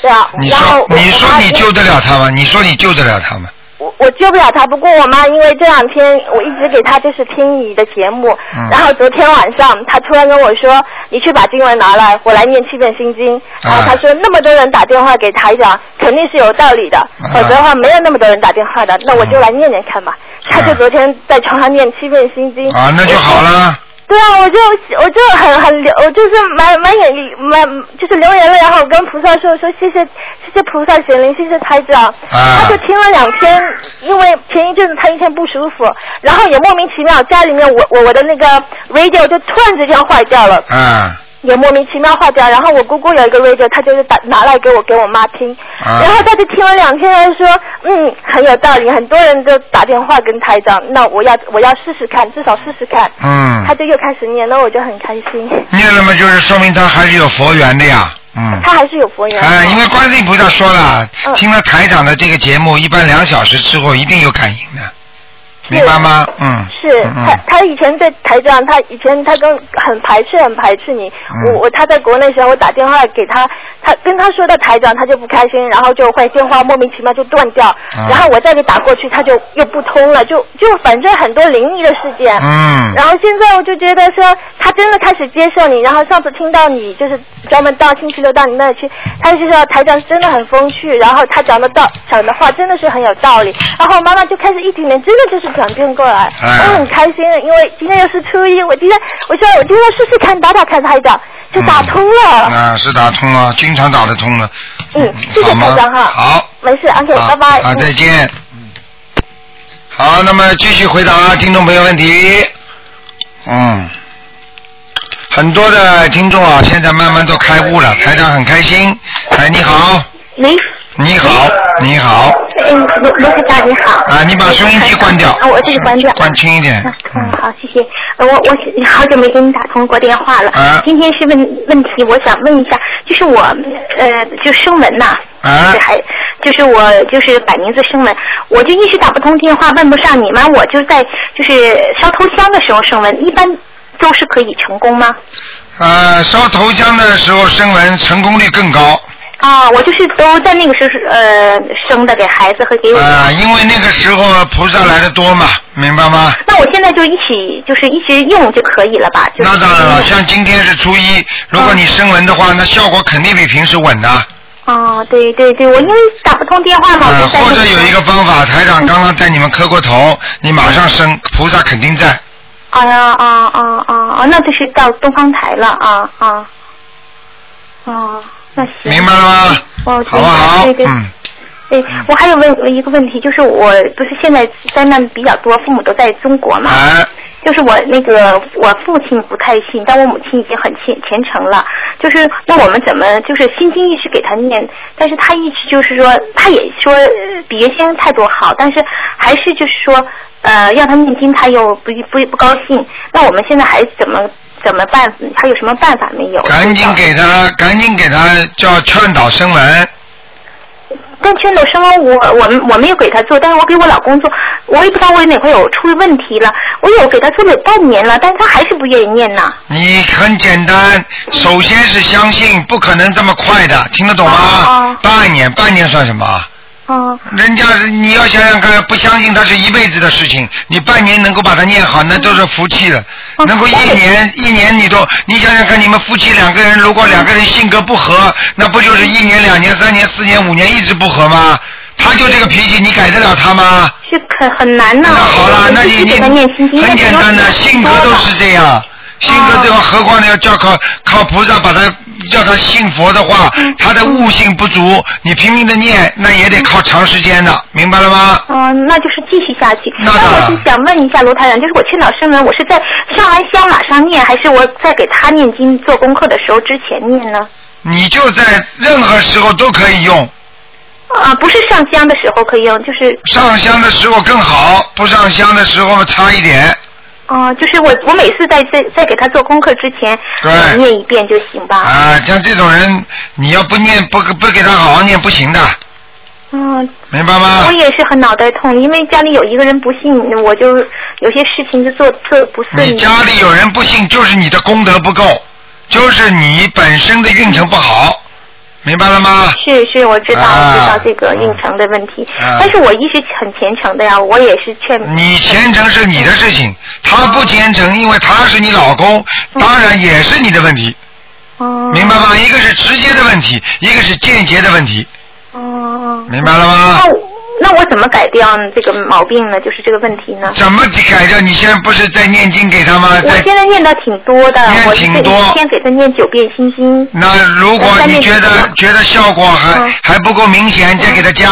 [SPEAKER 5] 对啊。
[SPEAKER 2] 你
[SPEAKER 5] 然后
[SPEAKER 2] 说
[SPEAKER 5] 我
[SPEAKER 2] 你说
[SPEAKER 5] 妈
[SPEAKER 2] 你
[SPEAKER 5] 因为
[SPEAKER 2] 救得了他吗？你说你救得了他吗？
[SPEAKER 5] 我我救不了他，不过我妈因为这两天我一直给她就是听你的节目，
[SPEAKER 2] 嗯
[SPEAKER 5] 然后昨天晚上她突然跟我说，你去把经文拿来，我来念七遍心经。
[SPEAKER 2] 嗯
[SPEAKER 5] 然后她说那么多人打电话给台长，肯定是有道理的，
[SPEAKER 2] 嗯
[SPEAKER 5] 否则的话没有那么多人打电话的，那我就来念念看吧。她
[SPEAKER 2] 嗯
[SPEAKER 5] 就昨天在床上念七遍心经。
[SPEAKER 2] 啊，那就好了。
[SPEAKER 5] 对啊，我就我就很很流，我就是满满眼满就是流眼泪，然后我跟菩萨说我说谢谢谢谢菩萨神灵，谢谢台长。
[SPEAKER 2] 啊
[SPEAKER 5] 他就听了两天，因为前一阵子他一天不舒服，然后也莫名其妙家里面我我我的那个 radio 就突然之间坏掉了，
[SPEAKER 2] 啊
[SPEAKER 5] 也莫名其妙坏掉。然后我姑姑有一个 radio，她就是打拿来给我给我妈听，
[SPEAKER 2] 啊
[SPEAKER 5] 然后她就听了两天，她就说嗯很有道理，很多人都打电话跟台长，那我要我要试试看，至少试试看。
[SPEAKER 2] 嗯
[SPEAKER 5] 她就又开始念，那我就很开心。
[SPEAKER 2] 念了嘛，就是说明他还是有佛缘的呀，嗯。
[SPEAKER 5] 她还是有佛缘。
[SPEAKER 2] 哎，因为观世音菩萨说了，
[SPEAKER 5] 嗯
[SPEAKER 2] 听了台长的这个节目，一般两小时之后一定有感应的，明白吗？嗯。
[SPEAKER 5] 是
[SPEAKER 2] 嗯
[SPEAKER 5] 他，他以前在台长，他以前他跟很排斥，很排斥你。
[SPEAKER 2] 嗯
[SPEAKER 5] 我我他在国内时候，我打电话给他，他跟他说到台长，他就不开心，然后就会电话莫名其妙就断掉，
[SPEAKER 2] 啊
[SPEAKER 5] 然后我再给打过去，他就又不通了，就就反正很多灵异的事件。
[SPEAKER 2] 嗯。
[SPEAKER 5] 然后现在我就觉得说，他真的开始接受你。然后上次听到你就是专门到星期六到你那里去，他就说台长真的很风趣，然后他讲的道讲的话真的是很有道理。然后我妈妈就开始一点点真的就是转变过来，
[SPEAKER 2] 哎
[SPEAKER 5] 我很开心，因为今天又是初一，我今天我说我今天试试看打打看台长，就打通了。
[SPEAKER 2] 啊，是打通了，经常打得通了。
[SPEAKER 5] 嗯，谢谢
[SPEAKER 2] 好吗
[SPEAKER 5] 台长哈。
[SPEAKER 2] 好。
[SPEAKER 5] 没事，OK，
[SPEAKER 2] 好
[SPEAKER 5] 拜拜。
[SPEAKER 2] 好，再见。好，那么继续回答听众朋友问题。嗯，很多的听众啊，现在慢慢都开悟了，台长很开心。哎，你好，
[SPEAKER 7] 喂，
[SPEAKER 2] 你好，你好，
[SPEAKER 7] 嗯，罗罗科长你好。
[SPEAKER 2] 啊，你把收音机关掉。
[SPEAKER 7] 啊，我这个关掉。
[SPEAKER 2] 关轻一点。
[SPEAKER 7] 嗯，
[SPEAKER 2] 嗯，
[SPEAKER 7] 好，谢谢。呃我我好久没跟你打通过电话了。
[SPEAKER 2] 啊
[SPEAKER 7] 今天是问问题，我想问一下，就是我呃，就声纹呐、
[SPEAKER 2] 啊
[SPEAKER 7] 就是还就是我就是改名字声纹，我就一直打不通电话，问不上你。完，我就在就是烧头香的时候声纹，一般都是可以成功吗？
[SPEAKER 2] 呃，烧头香的时候声纹成功率更高。
[SPEAKER 7] 啊，我就是都在那个时候呃生的，给孩子和给我。
[SPEAKER 2] 啊、因为那个时候菩萨来的多嘛，明白吗？
[SPEAKER 7] 那我现在就一起就是一直用就可以了吧？就是嗯
[SPEAKER 2] 那当然了，像今天是初一，如果你声纹的话，那效果肯定比平时稳的。
[SPEAKER 7] 哦，对对对，我因为打不通电话嘛，我
[SPEAKER 2] 呃，
[SPEAKER 7] 就在
[SPEAKER 2] 或者
[SPEAKER 7] 那
[SPEAKER 2] 有一个方法，台
[SPEAKER 7] 嗯
[SPEAKER 2] 长刚刚带你们磕过头，你马上升，菩萨肯定在。
[SPEAKER 7] 哎呀啊啊啊啊！那就是到东方台了啊啊啊！那行，
[SPEAKER 2] 明白了吗？
[SPEAKER 7] 哦
[SPEAKER 2] 好不好？
[SPEAKER 7] 对对对
[SPEAKER 2] 嗯，
[SPEAKER 7] 对，我还有问一个问题，就是我不是现在灾难比较多，父母都在中国嘛，
[SPEAKER 2] 哎，
[SPEAKER 7] 就是我那个我父亲不太信，但我母亲已经很虔虔诚了。就是那我们怎么就是心经一直给他念，但是他一直就是说，他也说呃比原先态度好，但是还是就是说，呃，让他念经他又不不不高兴。那我们现在还怎么怎么办？他有什么办法没有？
[SPEAKER 2] 赶紧给他，赶紧给他叫劝导声纹。
[SPEAKER 7] 但劝斗生文我我我没有给他做，但是我给我老公做，我也不知道我哪块有出问题了。我有给他做了有半年了，但是他还是不愿意念呢。
[SPEAKER 2] 你很简单，首先是相信，不可能这么快的，听得懂吗
[SPEAKER 7] 哦？
[SPEAKER 2] 半年，半年算什么？
[SPEAKER 7] 嗯。
[SPEAKER 2] 人家你要想想看，不相信它是一辈子的事情，你半年能够把它念好，那都是福气了。
[SPEAKER 7] 嗯
[SPEAKER 2] 能够一年一年你都，你想想看，你们夫妻两个人如果两个人性格不合，那不就是一年、两年、三年、四年、五年一直不合吗？他就这个脾气，你改得了他吗？
[SPEAKER 7] 是很很难呐、
[SPEAKER 2] 那好了，那
[SPEAKER 7] 必
[SPEAKER 2] 你
[SPEAKER 7] 须
[SPEAKER 2] 你
[SPEAKER 7] 给他念心经，
[SPEAKER 2] 很简单的，性格都是这样，性格这样，何况呢要叫靠靠菩萨把他叫他信佛的话，他的悟性不足，你拼命的念，那也得靠长时间的，明白了吗？
[SPEAKER 7] 嗯，那就是继续下去。
[SPEAKER 2] 那当然
[SPEAKER 7] 我是想问一下罗台长，就是我劝导声文，我是在上完香马上念，还是我在给他念经做功课的时候之前念呢？
[SPEAKER 2] 你就在任何时候都可以用，
[SPEAKER 7] 啊，不是上香的时候可以用，就是
[SPEAKER 2] 上香的时候更好，不上香的时候差一点。
[SPEAKER 7] 哦、就是我我每次在在在给他做功课之前，
[SPEAKER 2] 对
[SPEAKER 7] 呃念一遍就行吧。
[SPEAKER 2] 啊，像这种人，你要不念不不给他好好念不行的，
[SPEAKER 7] 嗯，
[SPEAKER 2] 明白吗
[SPEAKER 7] 我？也是很脑袋痛，因为家里有一个人不信，我就有些事情就做做不顺利。
[SPEAKER 2] 你家里有人不信，就是你的功德不够，就是你本身的运程不好，明白了吗？
[SPEAKER 7] 是是，我知道，
[SPEAKER 2] 啊
[SPEAKER 7] 我知道这个运程的问题，
[SPEAKER 2] 啊
[SPEAKER 7] 但是我一直很虔诚的呀，我也是劝
[SPEAKER 2] 你虔诚是你的事情，他不虔诚，因为他是你老公，当然也是你的问题，
[SPEAKER 7] 哦，
[SPEAKER 2] 明白吗？一个是直接的问题，一个是间接的问题，
[SPEAKER 7] 哦，
[SPEAKER 2] 明白了吗
[SPEAKER 7] 那？我那我怎么改掉这个毛病呢？就是这个问题呢？
[SPEAKER 2] 怎么改掉？你现在不是在念经给他吗？
[SPEAKER 7] 我
[SPEAKER 2] 在
[SPEAKER 7] 现在念的挺多的，
[SPEAKER 2] 念
[SPEAKER 7] 我
[SPEAKER 2] 挺多
[SPEAKER 7] 一天给他念九遍心经。
[SPEAKER 2] 那如果你觉
[SPEAKER 7] 我在念
[SPEAKER 2] 得
[SPEAKER 7] 经
[SPEAKER 2] 觉得效果还、
[SPEAKER 7] 嗯
[SPEAKER 2] 还不够明显，再给他加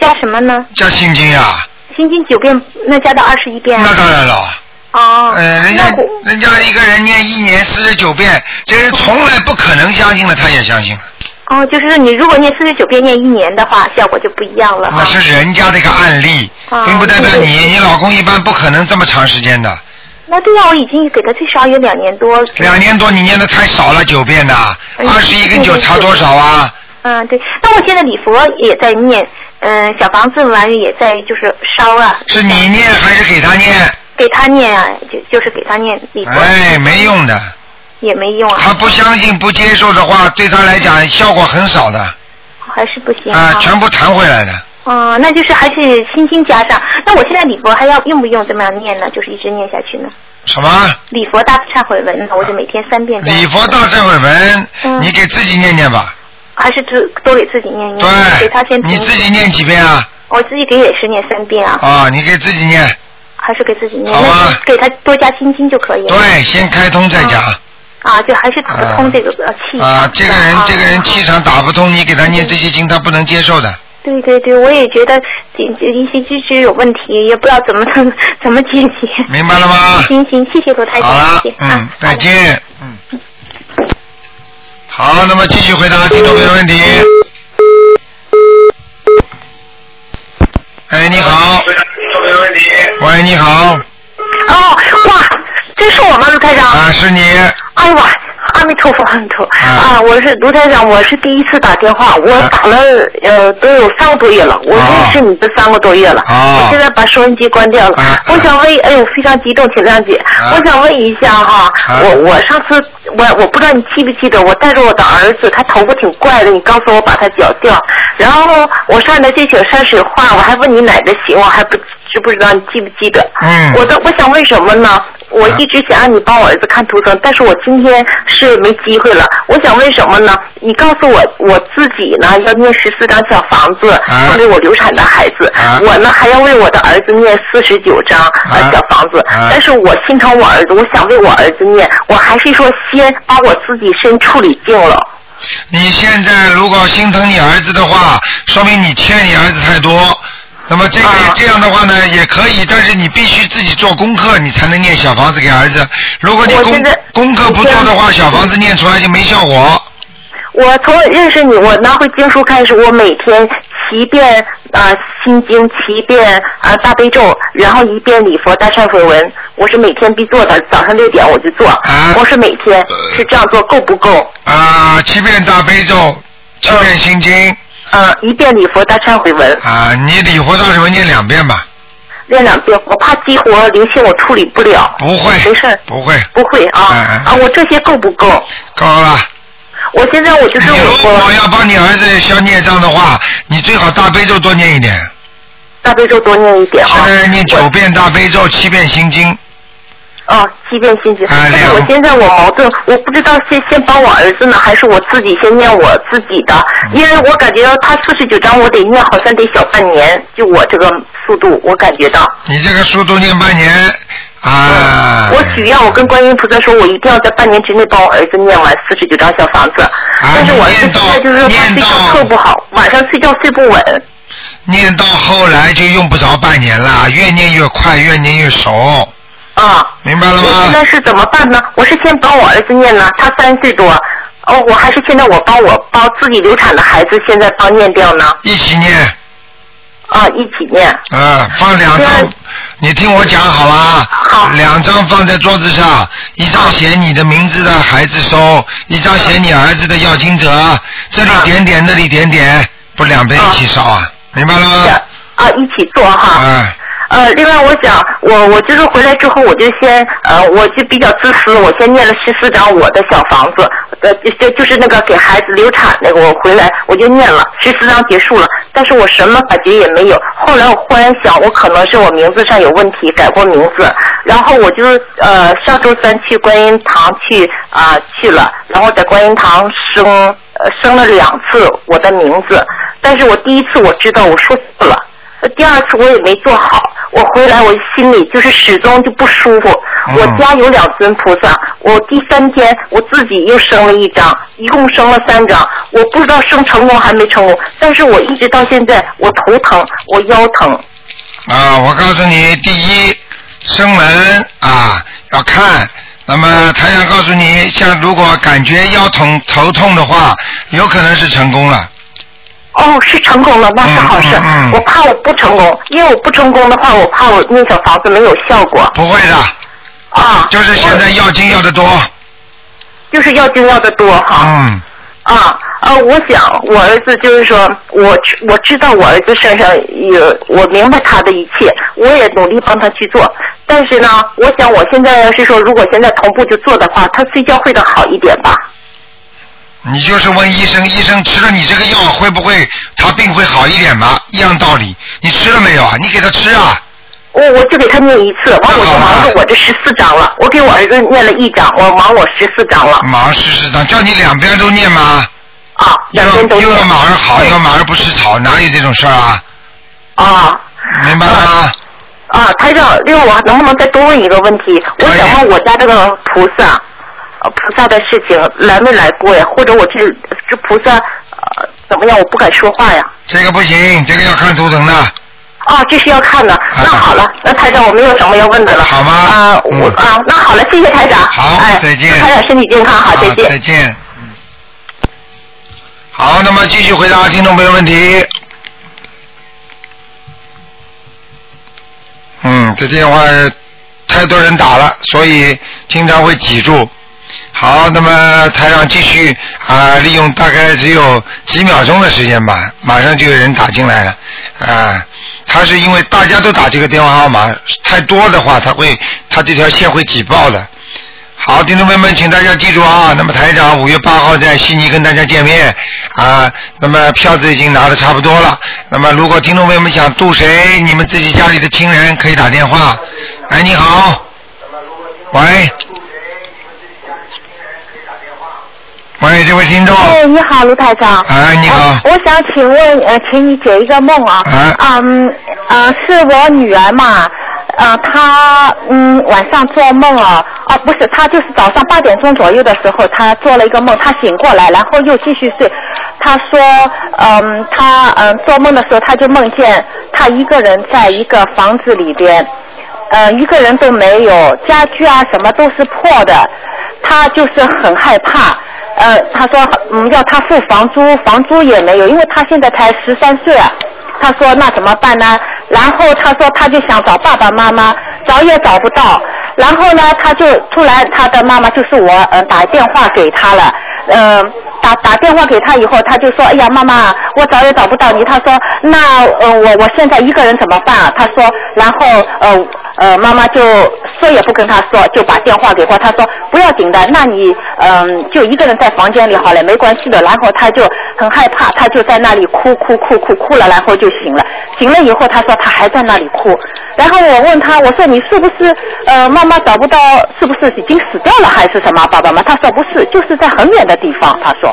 [SPEAKER 7] 加什么呢？
[SPEAKER 2] 加心经呀、
[SPEAKER 7] 心经九遍，那加到二十一遍啊。
[SPEAKER 2] 那当然了，
[SPEAKER 7] 哦，
[SPEAKER 2] 呃，人家
[SPEAKER 7] 那我
[SPEAKER 2] 人家一个人念一年四十九遍，这人从来不可能相信的，他也相信了，
[SPEAKER 7] 哦，就是说你如果念四十九遍念一年的话，效果就不一样了哈。
[SPEAKER 2] 啊那是人家的一个案例，
[SPEAKER 7] 啊
[SPEAKER 2] 并不代表
[SPEAKER 7] 对
[SPEAKER 2] 你，你老公一般不可能这么长时间的，
[SPEAKER 7] 那对呀、我已经给他最少有两年多。
[SPEAKER 2] 两年多你念的太少了，九遍的，
[SPEAKER 7] 哎
[SPEAKER 2] 二十一跟九差多少啊？
[SPEAKER 7] 嗯，对。那我现在礼佛也在念，嗯，小房子完了也在就是烧啊，
[SPEAKER 2] 是你念还是给他念？
[SPEAKER 7] 给他念啊，就就是给他念礼佛、
[SPEAKER 2] 哎，没用的，
[SPEAKER 7] 也没用啊，
[SPEAKER 2] 他不相信不接受的话，对他来讲效果很少的啊、
[SPEAKER 7] 还是不行啊。
[SPEAKER 2] 全部弹回来的。
[SPEAKER 7] 哦、那就是还是心经加上。那我现在礼佛还要用不用这么样念呢？就是一直念下去呢？
[SPEAKER 2] 什么？
[SPEAKER 7] 礼佛大忏悔文呢，我就每天三遍这样。
[SPEAKER 2] 礼佛大忏悔文，
[SPEAKER 7] 嗯
[SPEAKER 2] 你给自己念念吧。
[SPEAKER 7] 还是只多给自己念一念，给他
[SPEAKER 2] 对
[SPEAKER 7] 先，读
[SPEAKER 2] 你自己念几遍啊？
[SPEAKER 7] 我自己给也是念三遍啊，
[SPEAKER 2] 啊，你给自己念。
[SPEAKER 7] 还是给自己念，
[SPEAKER 2] 好啊
[SPEAKER 7] 那就给他多加心经就可以了。
[SPEAKER 2] 对，先开通再讲。
[SPEAKER 7] 啊，就还是打不通这个呃气场
[SPEAKER 2] 啊，这个人
[SPEAKER 7] 啊
[SPEAKER 2] 这个人气场打不通，你给他念这些经，他不能接受的。
[SPEAKER 7] 对对对，我也觉得这这一些知识有问题，也不知道怎么 [laughs] 怎么解决。
[SPEAKER 2] 明白了吗？
[SPEAKER 7] 行行，谢谢罗台
[SPEAKER 2] 嗯好
[SPEAKER 7] 长，
[SPEAKER 2] 了
[SPEAKER 7] 谢谢，
[SPEAKER 2] 嗯
[SPEAKER 7] 啊，，
[SPEAKER 2] 再见，嗯。好，那么继续回答听众朋友问题。哎，你好。喂，你好，
[SPEAKER 5] 哦，哇，这是我吗，卢台长？
[SPEAKER 2] 啊，是你，
[SPEAKER 5] 哎呀，阿弥陀佛，阿弥陀佛
[SPEAKER 2] 啊
[SPEAKER 5] 啊！我是卢台长，我是第一次打电话，我
[SPEAKER 2] 啊
[SPEAKER 5] 打了呃都有三个多月了，我
[SPEAKER 2] 啊
[SPEAKER 5] 认识你这三个多月了，
[SPEAKER 2] 啊
[SPEAKER 5] 我现在把收音机关掉了。
[SPEAKER 2] 啊
[SPEAKER 5] 我想问，哎呦，非常激动，请谅解。
[SPEAKER 2] 啊
[SPEAKER 5] 我想问一下哈，
[SPEAKER 2] 啊
[SPEAKER 5] 我我上次我我不知道你记不记得，我带着我的儿子，他头发挺怪的，你告诉我把他绞掉，然后我上来这请山水画，我还问你哪个行，我还不知不知道你记不记得？
[SPEAKER 2] 嗯
[SPEAKER 5] 我的我想问什么呢？我
[SPEAKER 2] 啊
[SPEAKER 5] 一直想让你帮我儿子看图腾，但是我今天是没机会了。我想问什么呢？你告诉我，我自己呢要念十四张小房子
[SPEAKER 2] 啊
[SPEAKER 5] 送给我流产的孩子，
[SPEAKER 2] 啊
[SPEAKER 5] 我呢还要为我的儿子念四十九张呃
[SPEAKER 2] 啊
[SPEAKER 5] 小房子，
[SPEAKER 2] 啊
[SPEAKER 5] 但是我心疼我儿子，我想为我儿子念，我还是说先把我自己身处理净了。
[SPEAKER 2] 你现在如果心疼你儿子的话，说明你欠你儿子太多。那么这个、
[SPEAKER 5] 啊
[SPEAKER 2] 这样的话呢，也可以，但是你必须自己做功课，你才能念小房子给儿子。如果你
[SPEAKER 5] 我
[SPEAKER 2] 功
[SPEAKER 5] 现在
[SPEAKER 2] 功课不做的话，小房子念出来就没效果。
[SPEAKER 5] 我从认识你，我拿回经书开始，我每天七遍啊、呃、心经，七遍啊、呃、大悲咒，然后一遍礼佛大忏悔文，我是每天必做的，早上六点我就做，
[SPEAKER 2] 啊
[SPEAKER 5] 我是每天是这样做够不够？
[SPEAKER 2] 啊，七遍大悲咒，七遍心经，
[SPEAKER 5] 嗯、一遍礼佛大忏悔文，
[SPEAKER 2] 啊，你礼佛大忏悔念两遍吧，
[SPEAKER 5] 练两遍，我怕激活灵性我处理不了，
[SPEAKER 2] 不会，
[SPEAKER 5] 没事儿
[SPEAKER 2] 不会，
[SPEAKER 5] 不会啊
[SPEAKER 2] 嗯嗯
[SPEAKER 5] 啊，我这些够不够？
[SPEAKER 2] 够了。
[SPEAKER 5] 我现在我就是
[SPEAKER 2] 你如
[SPEAKER 5] 我
[SPEAKER 2] 果
[SPEAKER 5] 我
[SPEAKER 2] 要帮你儿子消孽障的话，你最好大悲咒多念一点。
[SPEAKER 5] 大悲咒多念一点
[SPEAKER 2] 现
[SPEAKER 5] 啊，
[SPEAKER 2] 在念
[SPEAKER 5] 我
[SPEAKER 2] 九遍大悲咒，七遍心经，
[SPEAKER 5] 哦，欺骗心情。
[SPEAKER 2] 哎
[SPEAKER 5] 但是
[SPEAKER 2] 了
[SPEAKER 5] 我现在我矛盾，我不知道先先帮我儿子呢，还是我自己先念我自己的，
[SPEAKER 2] 嗯
[SPEAKER 5] 因为我感觉到他四十九章我得念，好像得小半年，就我这个速度，我感觉到。
[SPEAKER 2] 你这个书都念半年啊。
[SPEAKER 5] 嗯我许愿，我跟观音菩萨说，我一定要在半年之内帮我儿子念完四十九张小房子。但是我儿子
[SPEAKER 2] 哎念到
[SPEAKER 5] 现在就是他
[SPEAKER 2] 念
[SPEAKER 5] 睡觉
[SPEAKER 2] 到
[SPEAKER 5] 特不好，晚上睡觉睡不稳。
[SPEAKER 2] 念到后来就用不着半年了，越念越快，越念越熟，
[SPEAKER 5] 啊，
[SPEAKER 2] 明白了
[SPEAKER 5] 我现
[SPEAKER 2] 吗？
[SPEAKER 5] 在是怎么办呢？我是先帮我儿子念呢，他三岁多。哦，我还是现在我帮我帮自己流产的孩子现在帮念掉呢。
[SPEAKER 2] 一起念。
[SPEAKER 5] 啊，一起念。
[SPEAKER 2] 啊，放两张
[SPEAKER 5] 对，
[SPEAKER 2] 你听我讲好吧？
[SPEAKER 5] 好
[SPEAKER 2] 两张放在桌子上，一张写你的名字的孩子收，一张写你儿子的要经者，这
[SPEAKER 5] 啊
[SPEAKER 2] 里点点，那里点点，不两边一起烧啊？明白了吗？
[SPEAKER 5] 啊，一起做哈。
[SPEAKER 2] 啊，
[SPEAKER 5] 呃，另外我想，我我就是回来之后，我就先呃，我就比较自私，我先念了十四张我的小房子，呃，就就就是那个给孩子流产那个，我回来我就念了十四张结束了，但是我什么感觉也没有。后来我忽然想，我可能是我名字上有问题，改过名字，然后我就呃上周三去观音堂去啊、去了，然后在观音堂生呃生了两次我的名字，但是我第一次我知道我说错了。呃第二次我也没做好，我回来我心里就是始终就不舒服。
[SPEAKER 2] 嗯
[SPEAKER 5] 我家有两尊菩萨，我第三天我自己又生了一张，一共生了三张，我不知道生成功还没成功，但是我一直到现在我头疼，我腰疼。
[SPEAKER 2] 啊，我告诉你，第一，生门啊，要看。那么
[SPEAKER 10] 嗯
[SPEAKER 2] 台长告诉你，像如果感觉腰痛头痛的话，有可能是成功了。
[SPEAKER 10] 哦，是成功了，那是好事。
[SPEAKER 2] 嗯嗯
[SPEAKER 10] 我怕我不成功，因为我不成功的话，我怕我那小房子没有效果
[SPEAKER 2] 不会的，
[SPEAKER 10] 啊。
[SPEAKER 2] 就是现在药精要的多。
[SPEAKER 10] 就是要精要的多哈。
[SPEAKER 2] 嗯
[SPEAKER 10] 啊啊！我想我儿子就是说，我知我知道我儿子身上有，我明白他的一切，我也努力帮他去做。但是呢，我想我现在要是说，如果现在同步就做的话，他睡觉会的好一点吧？
[SPEAKER 2] 你就是问医生，医生吃了你这个药会不会他病会好一点吗？一样道理，你吃了没有啊？你给他吃啊。
[SPEAKER 10] 我我就给他念一次，完我就忙着我这十四章了，我给我儿子念了一章，我忙我十四章了
[SPEAKER 2] 马上试试张，叫你两边都念吗？
[SPEAKER 10] 啊，
[SPEAKER 2] 一
[SPEAKER 10] 两边
[SPEAKER 2] 个
[SPEAKER 10] 都
[SPEAKER 2] 一
[SPEAKER 10] 念
[SPEAKER 2] 个马儿好，一个马儿不吃草，哪有这种事儿啊？
[SPEAKER 10] 啊。
[SPEAKER 2] 明白了吗？
[SPEAKER 10] 啊，台长，另外我能不能再多问一个问题？我想问我家这个菩萨，呃菩萨的事情来没来过呀？或者我这这菩萨、呃、怎么样？我不敢说话呀。
[SPEAKER 2] 这个不行，这个要看图腾的，
[SPEAKER 10] 啊，这是要看的。那好了，那台长我没有什么要问的了。
[SPEAKER 2] 好吗？
[SPEAKER 10] 啊，我
[SPEAKER 2] 嗯
[SPEAKER 10] 啊，那好了，谢谢台长。
[SPEAKER 2] 好
[SPEAKER 10] 哎，
[SPEAKER 2] 再见
[SPEAKER 10] 祝台长身体健康，好，再见。
[SPEAKER 2] 啊再见。嗯好，那么继续回答听众朋友问题。嗯，这电话太多人打了，所以经常会挤住。好，那么台长继续啊、利用大概只有几秒钟的时间吧，马上就有人打进来了啊、他是因为大家都打这个电话号码太多的话，他会他这条线会挤爆的。好，听众朋友们，请大家记住啊，那么台长五月八号在悉尼跟大家见面啊，那么票子已经拿的差不多了，那么如果听众朋友们想渡谁，你们自己家里的亲人可以打电话。哎，你好，喂，喂，这位听众，
[SPEAKER 5] 哎，你好，卢台长。
[SPEAKER 2] 哎，你好，
[SPEAKER 5] 我想请问，呃，请你解一个梦啊。
[SPEAKER 2] 哎
[SPEAKER 5] 嗯，呃，是我女儿嘛，呃，她嗯晚上做梦啊，啊不是，她就是早上八点钟左右的时候，她做了一个梦，她醒过来，然后又继续睡。她说，嗯，她嗯做梦的时候，她就梦见她一个人在一个房子里边。呃，一个人都没有，家具啊什么都是破的，他就是很害怕。呃，他说嗯要他付房租，房租也没有，因为他现在才十三岁啊。他说那怎么办呢？然后他说他就想找爸爸妈妈，找也找不到。然后呢，他就突然他的妈妈就是我，嗯、打电话给他了，嗯、打打电话给他以后，他就说，哎呀，妈妈，我找也找不到你。他说，那呃，我我现在一个人怎么办、啊？他说，然后呃呃，妈妈就说也不跟他说，就把电话给他。他说不要紧的，那你嗯、就一个人在房间里好了，没关系的。然后他就很害怕，他就在那里哭哭哭哭哭了，然后就醒了。醒了以后，他说他还在那里哭。然后我问他，我说你是不是呃妈妈找不到，是不是已经死掉了还是什么爸爸妈妈？他说不是，就是在很远的地方。他说。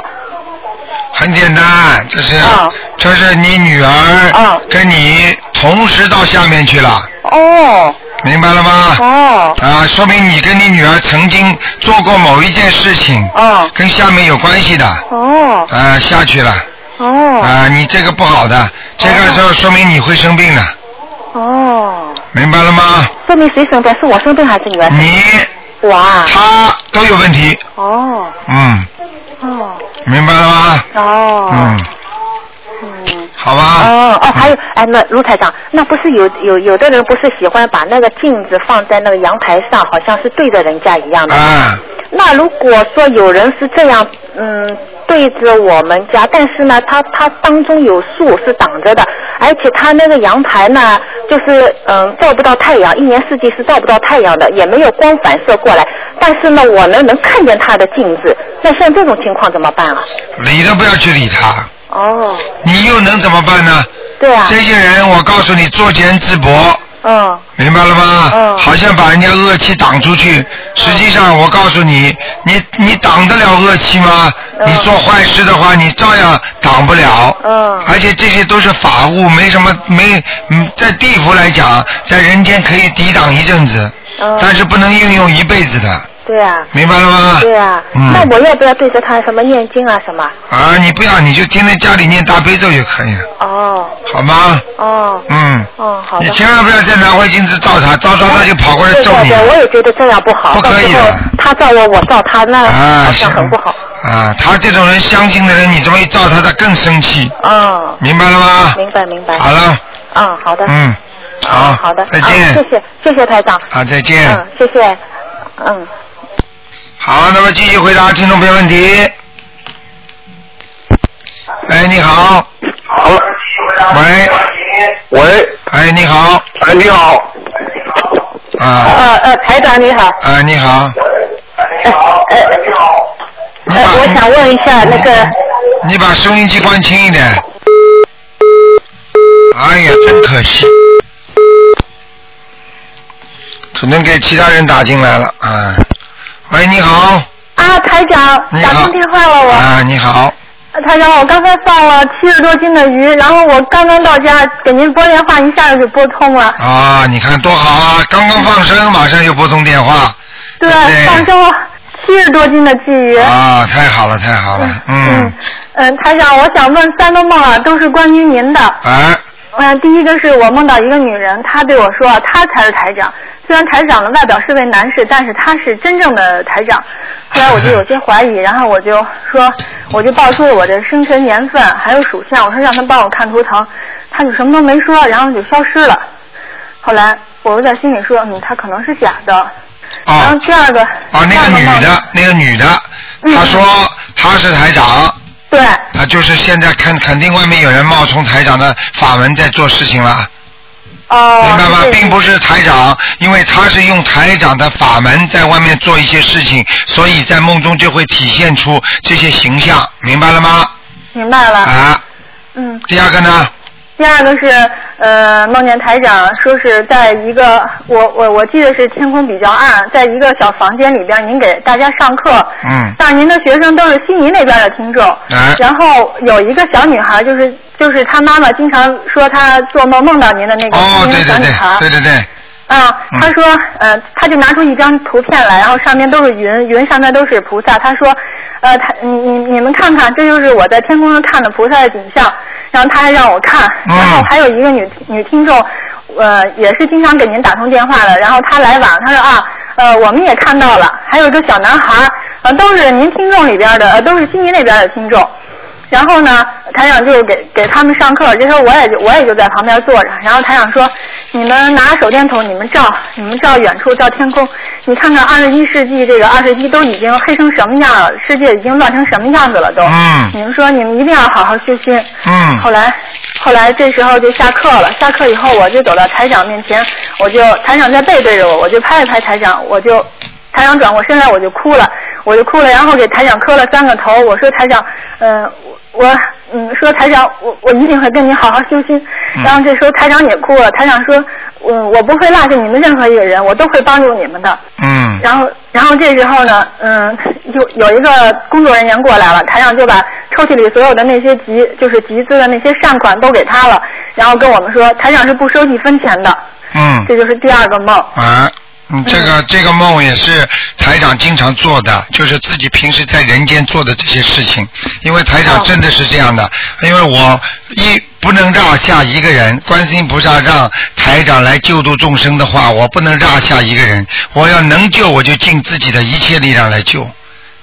[SPEAKER 2] 很简单，这是、
[SPEAKER 5] 啊
[SPEAKER 2] 这是你女
[SPEAKER 5] 啊
[SPEAKER 2] 儿跟你同时到下面去了，
[SPEAKER 5] 哦
[SPEAKER 2] 明白了吗？
[SPEAKER 5] 哦
[SPEAKER 2] 啊，说明你跟你女儿曾经做过某一件事情，
[SPEAKER 5] 哦
[SPEAKER 2] 跟下面有关系的，啊、
[SPEAKER 5] 哦
[SPEAKER 2] 下去了，啊、
[SPEAKER 5] 哦
[SPEAKER 2] 你这个不好的，这个时候说明你会生病的，
[SPEAKER 5] 哦，
[SPEAKER 2] 明白了吗？
[SPEAKER 5] 说明谁生病？是我生病还是女儿生病？
[SPEAKER 2] 你
[SPEAKER 5] 我啊。
[SPEAKER 2] 他都有问题，
[SPEAKER 5] 哦
[SPEAKER 2] 嗯，
[SPEAKER 5] 哦
[SPEAKER 2] 明白了吗？
[SPEAKER 5] 哦。
[SPEAKER 2] 嗯，
[SPEAKER 5] 嗯
[SPEAKER 2] 好吧。
[SPEAKER 5] 哦哦，还有哎，那卢台长，那不是有有有的人不是喜欢把那个镜子放在那个阳台上，好像是对着人家一样的。
[SPEAKER 2] 啊，
[SPEAKER 5] 那如果说有人是这样，嗯，对着我们家，但是呢，他他当中有树是挡着的，而且他那个阳台呢，就是嗯照不到太阳，一年四季是照不到太阳的，也没有光反射过来，但是呢，我呢能看见他的镜子，那像这种情况怎么办啊？
[SPEAKER 2] 理都不要去理他，
[SPEAKER 5] 哦，
[SPEAKER 2] 你又能怎么办呢？
[SPEAKER 5] 对啊，
[SPEAKER 2] 这些人，我告诉你，作茧自缚。
[SPEAKER 5] 嗯
[SPEAKER 2] 明白了吗？
[SPEAKER 5] 嗯
[SPEAKER 2] 好像把人家恶气挡出去，实际上我告诉你，你你挡得了恶气吗？
[SPEAKER 5] 嗯
[SPEAKER 2] 你做坏事的话，你照样挡不了。
[SPEAKER 5] 嗯
[SPEAKER 2] 而且这些都是法物，没什么没，嗯，在地府来讲，在人间可以抵挡一阵子，
[SPEAKER 5] 嗯
[SPEAKER 2] 但是不能运用一辈子的。
[SPEAKER 9] 对啊。
[SPEAKER 2] 明白了吗
[SPEAKER 9] 对啊。
[SPEAKER 2] 嗯
[SPEAKER 9] 那我要不要对着他什么念经啊什么？
[SPEAKER 2] 啊，你不要，你就天天家里念大悲咒就可以了，
[SPEAKER 9] 哦
[SPEAKER 2] 好吗？
[SPEAKER 9] 哦
[SPEAKER 2] 嗯，
[SPEAKER 9] 哦，好的。
[SPEAKER 2] 你千万不要再拿卫生纸照他，照照他就跑过来
[SPEAKER 9] 对
[SPEAKER 2] 揍
[SPEAKER 9] 对
[SPEAKER 2] 你
[SPEAKER 9] 对，我也觉得这样不好。
[SPEAKER 2] 不可以的
[SPEAKER 9] 到时候他照我，我照他，那好像很不好。
[SPEAKER 2] 啊！他这种人相信的人，你这么一照他，他更生气，
[SPEAKER 9] 嗯。
[SPEAKER 2] 明白了吗？
[SPEAKER 9] 明白明白。
[SPEAKER 2] 好了，
[SPEAKER 9] 嗯，好的。
[SPEAKER 2] 嗯，好，
[SPEAKER 9] 好的。
[SPEAKER 2] 再
[SPEAKER 9] 啊谢
[SPEAKER 2] 见，
[SPEAKER 9] 谢谢谢台长。
[SPEAKER 2] 啊，再见。
[SPEAKER 9] 嗯，谢谢。嗯。
[SPEAKER 2] 好，那么继续回答听众朋友问题。哎，你好。
[SPEAKER 11] 好。
[SPEAKER 2] 喂。
[SPEAKER 11] 喂。
[SPEAKER 2] 哎，你好。
[SPEAKER 11] 哎，你好。
[SPEAKER 2] 啊
[SPEAKER 9] 呃呃，台长你好。
[SPEAKER 2] 啊，你好，
[SPEAKER 9] 呃，
[SPEAKER 2] 啊
[SPEAKER 9] 我想问一下那个
[SPEAKER 2] 你把收音机关轻一点。哎呀，真可惜，只能给其他人打进来了啊。喂，你好，
[SPEAKER 5] 啊，台长，
[SPEAKER 2] 你
[SPEAKER 5] 打
[SPEAKER 2] 好
[SPEAKER 5] 通电话了我。
[SPEAKER 2] 啊，你好，
[SPEAKER 5] 呃台长，我刚才放了七十多斤的鱼，然后我刚刚到家，给您拨电话，一下子就拨通了。
[SPEAKER 2] 啊，你看多好啊，刚刚放生，马上就拨通电话，
[SPEAKER 5] 对，放生了七十多斤的鲫鱼。
[SPEAKER 2] 啊，太好了，太好了，嗯，
[SPEAKER 5] 嗯，台长，我想问三个梦啊，都是关于您的。
[SPEAKER 2] 啊，
[SPEAKER 5] 嗯、第一个是我梦到一个女人，她对我说，她才是台长。虽然台长的外表是位男士，但是她是真正的台长。后来我就有些怀疑，然后我就说， [laughs] 我就报出了我的生辰年份还有属相，我说让她帮我看图腾，她就什么都没说，然后就消失了。后来我又在心里说，嗯，她可能是假的。然后第二个，
[SPEAKER 2] 啊，哦那个女的，那个女的，
[SPEAKER 5] 嗯
[SPEAKER 2] 她说她是台长。
[SPEAKER 5] 对。
[SPEAKER 2] 啊，就是现在看，肯定外面有人冒充台长的法门在做事情了。
[SPEAKER 5] 哦。
[SPEAKER 2] 明白吗？并不是台长，因为他是用台长的法门在外面做一些事情，所以在梦中就会体现出这些形象，明白了吗？
[SPEAKER 5] 明白了。
[SPEAKER 2] 啊。
[SPEAKER 5] 嗯。
[SPEAKER 2] 第二个呢？
[SPEAKER 5] 第二个是呃，梦见台长说是在一个我我我记得是天空比较暗，在一个小房间里边，您给大家上课，
[SPEAKER 2] 嗯
[SPEAKER 5] 但是您的学生都是悉尼那边的听众。
[SPEAKER 2] 哎
[SPEAKER 5] 然后有一个小女孩，就是就是她妈妈经常说她做梦梦到您的那个
[SPEAKER 2] 哦，
[SPEAKER 5] 悉尼
[SPEAKER 2] 对
[SPEAKER 5] 的小
[SPEAKER 2] 对
[SPEAKER 5] 女孩。
[SPEAKER 2] 对，对对对，
[SPEAKER 5] 啊，
[SPEAKER 2] 嗯
[SPEAKER 5] 他说，呃，他就拿出一张图片来，然后上面都是云，云上面都是菩萨。他说，呃，他你你你们看看，这就是我在天空上看的菩萨的景象。然后他还让我看，然后还有一个女女听众，呃，也是经常给您打通电话的。然后她来晚，她说啊，呃，我们也看到了，还有一个小男孩，呃，都是您听众里边的，呃，都是悉尼那边的听众。然后呢，台长就给给他们上课，这时候我也就我也就在旁边坐着。然后台长说：“你们拿手电筒，你们照，你们照远处，照天空，你看看二十一世纪这个二十一都已经黑成什么样了，世界已经乱成什么样子了都。
[SPEAKER 2] 嗯
[SPEAKER 5] 你们说你们一定要好好修心。
[SPEAKER 2] 嗯
[SPEAKER 5] 后来，后来这时候就下课了。下课以后，我就走到台长面前，我就台长在背对着我，我就拍了拍台长，我就台长转过身来，我就哭了，我就哭了，然后给台长磕了三个头。我说台长，嗯、我我嗯说台长，我我一定会跟你好好修心。
[SPEAKER 2] 嗯
[SPEAKER 5] 然后这时候台长也哭了，台长说，嗯，我不会落下你们任何一个人，我都会帮助你们的。
[SPEAKER 2] 嗯
[SPEAKER 5] 然后，然后这时候呢，嗯，就有一个工作人员过来了，台长就把抽屉里所有的那些集，就是集资的那些善款都给他了，然后跟我们说，台长是不收一分钱的，
[SPEAKER 2] 嗯。
[SPEAKER 5] 这就是第二个梦。
[SPEAKER 2] 啊，嗯，这个这个梦也是台长经常做的，就是自己平时在人间做的这些事情。因为台
[SPEAKER 5] 哦
[SPEAKER 2] 长真的是这样的，因为我一不能落下一个人，观世音菩萨让台长来救度众生的话，我不能落下一个人，我要能救我就尽自己的一切力量来救，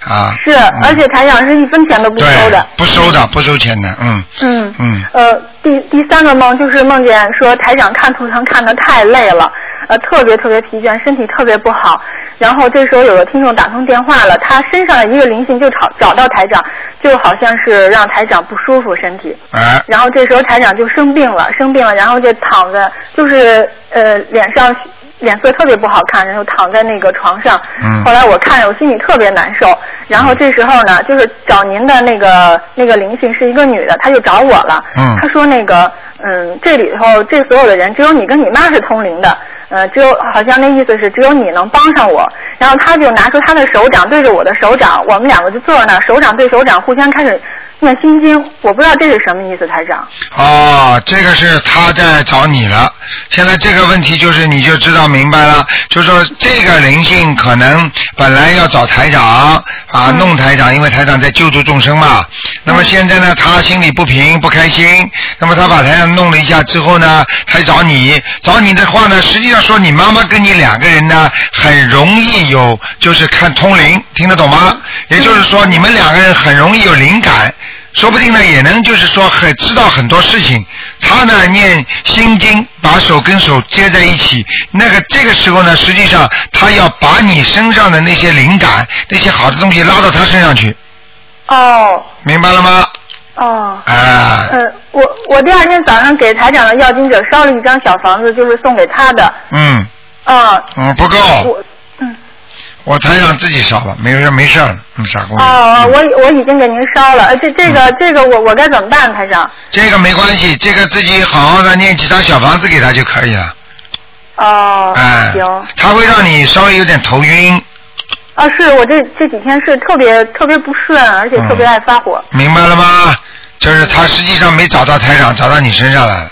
[SPEAKER 2] 啊，
[SPEAKER 5] 是，而且台长是一分钱都不收
[SPEAKER 2] 对
[SPEAKER 5] 的。，
[SPEAKER 2] 不收的，不收钱的，嗯
[SPEAKER 5] 嗯。
[SPEAKER 2] 嗯，
[SPEAKER 5] 呃，第第三个梦就是梦见说台长看图腾看得太累了，呃，特别特别疲倦，身体特别不好。然后这时候有个听众打通电话了，他身上的一个灵性就找找到台长，就好像是让台长不舒服身体。
[SPEAKER 2] 哎，
[SPEAKER 5] 然后这时候台长就生病了，生病了，然后就躺在，就是呃脸上脸色特别不好看，然后躺在那个床上。
[SPEAKER 2] 嗯
[SPEAKER 5] 后来我看着我心里特别难受，然后这时候呢，就是找您的那个那个灵性是一个女的，她就找我了。
[SPEAKER 2] 嗯
[SPEAKER 5] 她说那个嗯，这里头这所有的人，只有你跟你妈是通灵的。呃，只有好像那意思是只有你能帮上我，然后她就拿出她的手掌对着我的手掌，我们两个就坐在那儿，手掌对手掌互相开始
[SPEAKER 12] 念心经，我不知道这是什么意思，台长。
[SPEAKER 2] 哦，这个是他在找你了。现在这个问题就是你就知道明白了，就说这个灵性可能本来要找台长啊，弄台长，因为台长在救助众生嘛。那么现在呢，他心里不平不开心，那么他把台长弄了一下之后呢，他找你，找你的话呢，实际上说你妈妈跟你两个人呢，很容易有就是看通灵，听得懂吗？也就是说你们两个人很容易有灵感。说不定呢，也能就是说很知道很多事情。他呢念心经，把手跟手接在一起，那个这个时候呢，实际上他要把你身上的那些灵感、那些好的东西拉到他身上去，
[SPEAKER 12] 哦
[SPEAKER 2] 明白了吗？
[SPEAKER 12] 哦，
[SPEAKER 2] 啊，
[SPEAKER 12] 呃，我我第二天早上给台长的要经者烧了一张小房子，就是送给他的。
[SPEAKER 2] 嗯
[SPEAKER 12] 嗯。
[SPEAKER 2] 嗯，不够，
[SPEAKER 12] 我
[SPEAKER 2] 我台长自己烧吧，没事没事儿，嗯，傻姑娘。
[SPEAKER 12] 哦，我我已经给您烧了，呃这这个这个我我该怎么办，台长？
[SPEAKER 2] 这个没关系，这个自己好好的念几张小房子给他就可以了。
[SPEAKER 12] 哦，
[SPEAKER 2] 哎
[SPEAKER 12] 行。
[SPEAKER 2] 他会让你稍微有点头晕，
[SPEAKER 12] 啊，是我这这几天是特别特别不顺，而且特
[SPEAKER 2] 嗯
[SPEAKER 12] 别爱发火。
[SPEAKER 2] 明白了吗？就是他实际上没找到台长，找到你身上来了，